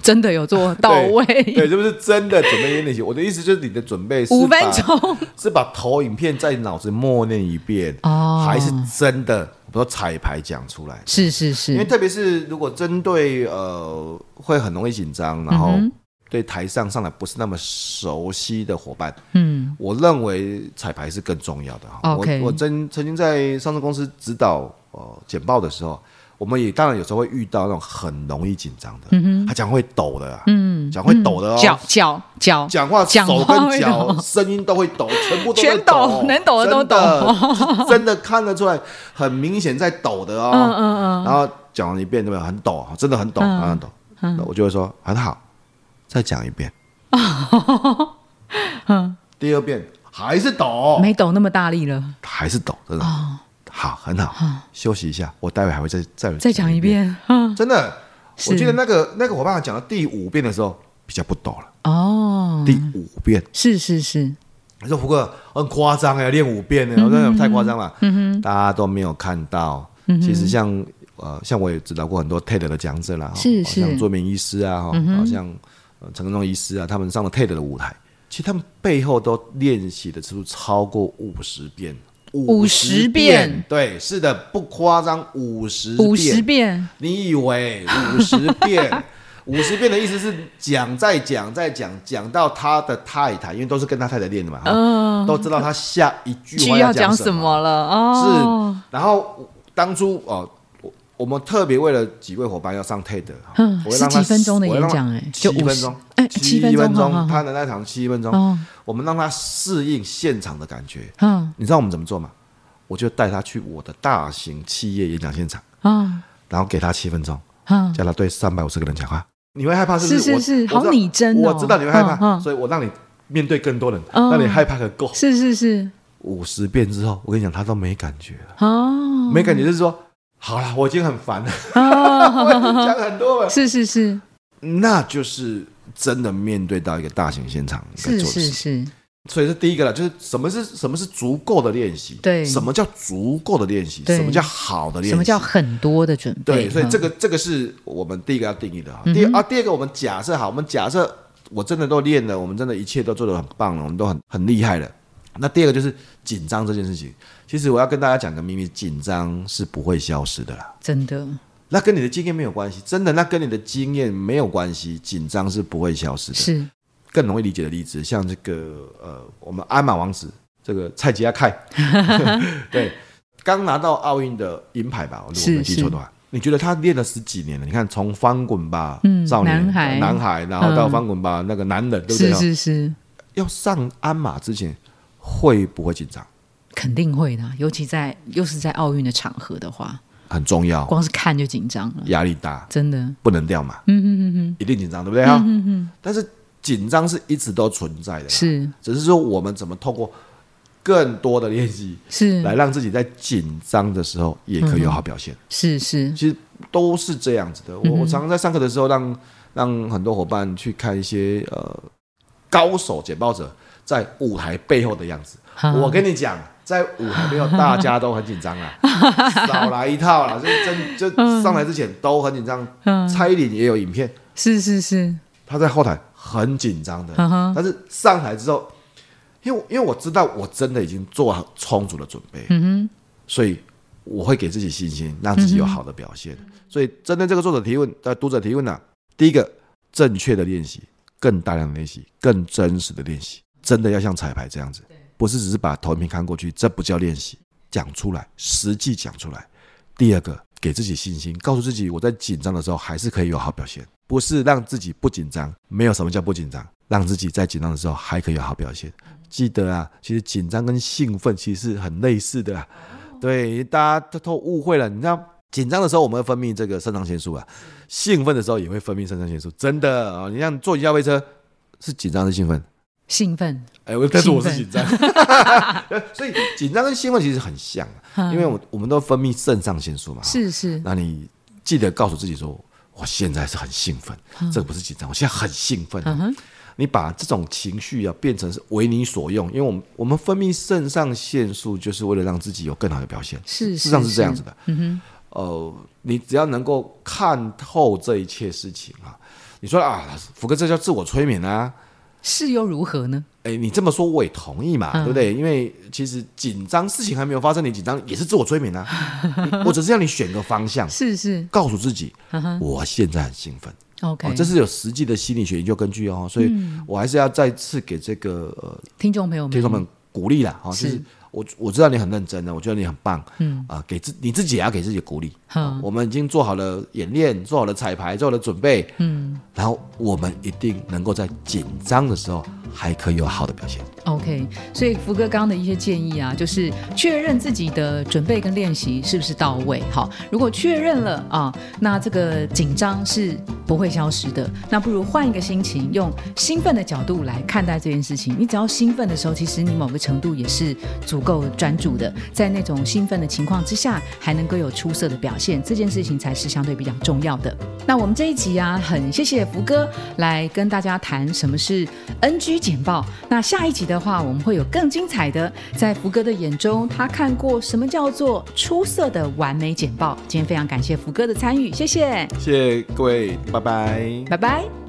[SPEAKER 1] 真的有做到
[SPEAKER 2] 对
[SPEAKER 1] 位，
[SPEAKER 2] 对，是不是真的准备跟练习？我的意思就是你的准备是
[SPEAKER 1] 五分
[SPEAKER 2] 把
[SPEAKER 1] 钟。
[SPEAKER 2] (laughs) 是把投影片在脑子默念一遍，
[SPEAKER 1] 哦
[SPEAKER 2] 还是真的我们说彩排讲出来？
[SPEAKER 1] 是是
[SPEAKER 2] 因为
[SPEAKER 1] 是，
[SPEAKER 2] 特别是如果针对呃会很容易紧张，然
[SPEAKER 1] 嗯
[SPEAKER 2] 后对台上上来不是那么熟悉的伙伴，
[SPEAKER 1] 嗯，
[SPEAKER 2] 我认为彩排是更重要的哈。
[SPEAKER 1] OK
[SPEAKER 2] 我我曾曾经在上市公司指导呃简报的时候，我们也当然有时候会遇到那种很容易紧张的，
[SPEAKER 1] 嗯
[SPEAKER 2] 他讲会抖的、啊，嗯，讲会抖的哦，
[SPEAKER 1] 脚脚脚，
[SPEAKER 2] 讲话
[SPEAKER 1] 讲
[SPEAKER 2] 手
[SPEAKER 1] 话
[SPEAKER 2] 跟
[SPEAKER 1] 会
[SPEAKER 2] 脚哦
[SPEAKER 1] 抖
[SPEAKER 2] 声音都会抖，全部都在
[SPEAKER 1] 全抖能抖的都抖
[SPEAKER 2] 真的 (laughs) 真的看得出来，很明显在抖的
[SPEAKER 1] 嗯
[SPEAKER 2] 哦。
[SPEAKER 1] 嗯嗯，
[SPEAKER 2] 然后讲了一遍对吧？很抖，真的很抖，
[SPEAKER 1] 嗯
[SPEAKER 2] 很抖。那我就会说很好，再讲
[SPEAKER 1] (laughs)
[SPEAKER 2] 一遍。第二遍还是抖，
[SPEAKER 1] 嗯没哦抖那么大力了，
[SPEAKER 2] 还是抖，真的。好，很好，休息一下，我待会还会再再
[SPEAKER 1] 嗯再讲一
[SPEAKER 2] 遍。
[SPEAKER 1] 遍，嗯，
[SPEAKER 2] 真的，我
[SPEAKER 1] 是
[SPEAKER 2] 记得那个那个伙伴讲到第五遍的时候比较不抖了，
[SPEAKER 1] 哦，
[SPEAKER 2] 第五遍。
[SPEAKER 1] 是是是，
[SPEAKER 2] 你说胡哥很夸张哎，练五
[SPEAKER 1] 嗯
[SPEAKER 2] 遍呢，我真的太夸张了。大家都没有看到。
[SPEAKER 1] 嗯
[SPEAKER 2] 其实像呃，像我也指导过很多 TED 的讲者啦，哈
[SPEAKER 1] 是
[SPEAKER 2] 好像
[SPEAKER 1] 是嗯
[SPEAKER 2] 卓明医师啊，哈，好像呃陈根忠医师啊，他们上了 TED 的舞台，其实他们背后都练习的次数超过五十遍。
[SPEAKER 1] 50遍
[SPEAKER 2] 对，是的，不夸张，五十
[SPEAKER 1] 五十遍，
[SPEAKER 2] 你以为五十遍？ (laughs) 五十遍的意思是讲再讲再讲，讲到他的太太，因为都是跟他太太练的嘛，哈都知道他下一句话
[SPEAKER 1] 剧哦嗯要
[SPEAKER 2] 讲
[SPEAKER 1] 讲什么了？
[SPEAKER 2] 是
[SPEAKER 1] 哦，，
[SPEAKER 2] 然后当初哦，我我们特别为了几位伙伴要上 TED，哈
[SPEAKER 1] 嗯
[SPEAKER 2] 我会让
[SPEAKER 1] 十
[SPEAKER 2] 他
[SPEAKER 1] 几分钟的演讲哎
[SPEAKER 2] 七
[SPEAKER 1] 就50
[SPEAKER 2] 分钟，
[SPEAKER 1] 哎
[SPEAKER 2] 七
[SPEAKER 1] 七分钟好好好
[SPEAKER 2] 他的那场七分钟，
[SPEAKER 1] 哦，
[SPEAKER 2] 我们让他适应现场的感觉。
[SPEAKER 1] 嗯
[SPEAKER 2] 你知道我们怎么做吗？我就带他去我的大型企业演讲现场，
[SPEAKER 1] 啊
[SPEAKER 2] 然后给他七分钟。
[SPEAKER 1] 啊，
[SPEAKER 2] 叫他对三百五十个人讲话，你会害怕是不
[SPEAKER 1] 是是是，
[SPEAKER 2] 我我知
[SPEAKER 1] 好
[SPEAKER 2] 道
[SPEAKER 1] 拟真哦，
[SPEAKER 2] 我知道你会害怕，
[SPEAKER 1] 嗯嗯
[SPEAKER 2] 所以我让你面对更多人，
[SPEAKER 1] 嗯
[SPEAKER 2] 让你害怕个够。
[SPEAKER 1] 是是是，
[SPEAKER 2] 五十遍之后，我跟你讲，他都没感觉了，
[SPEAKER 1] 哦，
[SPEAKER 2] 没感觉就是说，好了，我已经很烦了，
[SPEAKER 1] (laughs) 哦，
[SPEAKER 2] 我已经讲很多了，
[SPEAKER 1] 是是是
[SPEAKER 2] 那就是真的面对到一个大型现场应该
[SPEAKER 1] 是
[SPEAKER 2] 做的
[SPEAKER 1] 是
[SPEAKER 2] 事。
[SPEAKER 1] 是，
[SPEAKER 2] 所以这第一个了，就是什么是什么是足够的练习，
[SPEAKER 1] 对
[SPEAKER 2] 什么叫足够的练习，
[SPEAKER 1] 对
[SPEAKER 2] 什么叫好的练习，
[SPEAKER 1] 什么叫很多的准备？
[SPEAKER 2] 对，所以这
[SPEAKER 1] 嗯
[SPEAKER 2] 个这个是我们第一个要定义的哈。第啊，第二个我们假设好，我们假设我真的都练了，我们真的一切都做得很棒了，我们都很很厉害了。那第二个就是紧张这件事情，其实我要跟大家讲个秘密，紧张是不会消失的啦。
[SPEAKER 1] 真的
[SPEAKER 2] 那跟你的经验没有关系，真的，那跟你的经验没有关系，紧张是不会消失的。
[SPEAKER 1] 是
[SPEAKER 2] 更容易理解的例子，像这个呃，我们鞍马王子这个蔡吉
[SPEAKER 1] (laughs)
[SPEAKER 2] 亚凯， (laughs) 对，刚拿到奥运的银牌吧，如果
[SPEAKER 1] 是
[SPEAKER 2] 没记错的话。你觉得他练了十几年了？你看，从翻滚吧、
[SPEAKER 1] 嗯
[SPEAKER 2] 少年、
[SPEAKER 1] 男孩
[SPEAKER 2] 男孩，然后到
[SPEAKER 1] 嗯
[SPEAKER 2] 翻滚吧、那个男人，对不对啊
[SPEAKER 1] 是？是是，
[SPEAKER 2] 要上鞍马之前，会不会紧张？
[SPEAKER 1] 肯定会的，啊尤其在又是在奥运的场合的话，
[SPEAKER 2] 很重要，
[SPEAKER 1] 光是看就紧张了，
[SPEAKER 2] 压力大，
[SPEAKER 1] 真的。
[SPEAKER 2] 不能掉马，
[SPEAKER 1] 嗯嗯嗯
[SPEAKER 2] 一定紧张，对不对啊？但是紧张是一直都存在的啦
[SPEAKER 1] 嗯，，是
[SPEAKER 2] 只是说我们怎么透过更多的练习，来
[SPEAKER 1] 是
[SPEAKER 2] 让自己在紧张的时候也可以有好表现。
[SPEAKER 1] 是是，
[SPEAKER 2] 其实都是这样子的。我我常常在上课的时候让让很多伙伴去看一些呃高手简报者在舞台背后的样子。
[SPEAKER 1] 哈
[SPEAKER 2] 我跟你讲，在舞台背后大家都很紧张啊，少来一套了。就真就上来之前都很紧张。蔡依林也有影片，
[SPEAKER 1] 是是是，
[SPEAKER 2] 她在后台很紧张的，
[SPEAKER 1] 嗯哼
[SPEAKER 2] 但是上台之后。因为我因为我知道我真的已经做好充足的准备，
[SPEAKER 1] 嗯
[SPEAKER 2] 所以我会给自己信心，让自己有好的表现。所以针对这个作者提问，呃，读者提问呢、第一个，正确的练习，更大量的练习，更真实的练习，真的要像彩排这样子，不是只是把投影片看过去，这不叫练习，讲出来，实际讲出来。第二个，给自己信心，告诉自己我在紧张的时候还是可以有好表现，不是让自己不紧张。没有什么叫不紧张，让自己在紧张的时候还可以有好表现。记得啊，其实紧张跟兴奋其实是很类似的、啊，对，大家都都误会了。你知道，紧张的时候我们会分泌这个肾上腺素啊，兴奋的时候也会分泌肾上腺素，真的啊。你像坐一下飞车，是紧张还是兴奋？
[SPEAKER 1] 兴奋，
[SPEAKER 2] 哎，我但是我是
[SPEAKER 1] 兴
[SPEAKER 2] 紧张， (laughs) 所以紧张跟兴奋其实很像啊、因为我我们都分泌肾上腺素嘛。，
[SPEAKER 1] 是是，
[SPEAKER 2] 那你记得告诉自己说，我现在是很兴奋，这个不是紧张，我现在很兴奋、啊
[SPEAKER 1] 嗯哼，
[SPEAKER 2] 你把这种情绪啊变成是为你所用，因为我们我们分泌肾上腺素就是为了让自己有更好的表现，
[SPEAKER 1] 是
[SPEAKER 2] 事实上
[SPEAKER 1] 是
[SPEAKER 2] 是这样
[SPEAKER 1] 是
[SPEAKER 2] 子的。嗯哼，呃，你只要能够看透这一切事情啊，你说啊，福哥这叫自我催眠啊，
[SPEAKER 1] 是又如何呢？
[SPEAKER 2] 哎，你这么说我也同意嘛，
[SPEAKER 1] 嗯
[SPEAKER 2] 对不对？因为其实紧张事情还没有发生，你紧张也是自我
[SPEAKER 1] (laughs)
[SPEAKER 2] 催眠啊。你我只是要你选个方向，
[SPEAKER 1] 是是
[SPEAKER 2] 告诉自己，
[SPEAKER 1] 嗯
[SPEAKER 2] 我现在很兴奋。
[SPEAKER 1] ，OK，、
[SPEAKER 2] 哦，这是有实际的心理学研究根据哦，所以
[SPEAKER 1] 嗯
[SPEAKER 2] 我还是要再次给这个呃
[SPEAKER 1] 听众朋友们，
[SPEAKER 2] 听众们鼓励啦，哈、哦，
[SPEAKER 1] 嗯是
[SPEAKER 2] 就是我我知道你很认真的，我觉得你很棒，
[SPEAKER 1] 嗯
[SPEAKER 2] 啊、给自你自己也要给自己鼓励、
[SPEAKER 1] 嗯
[SPEAKER 2] 啊我们已经做好了演练，做好了彩排，做好了准备，
[SPEAKER 1] 嗯
[SPEAKER 2] 然后我们一定能够在紧张的时候还可以有好的表现。
[SPEAKER 1] ，OK，所以福哥刚刚的一些建议啊，就是确认自己的准备跟练习是不是到位。好，如果确认了啊，那这个紧张是不会消失的。那不如换一个心情，用兴奋的角度来看待这件事情。你只要兴奋的时候，其实你某个程度也是足够专注的，在那种兴奋的情况之下，还能够有出色的表现，这件事情才是相对比较重要的。那我们这一集啊，很谢谢福哥来跟大家谈什么是 NG 简报。那下一集的话，我们会有更精彩的，在福哥的眼中，他看过什么叫做出色的完美简报。今天非常感谢福哥的参与，谢谢，
[SPEAKER 2] 谢谢各位，拜拜。
[SPEAKER 1] 拜拜。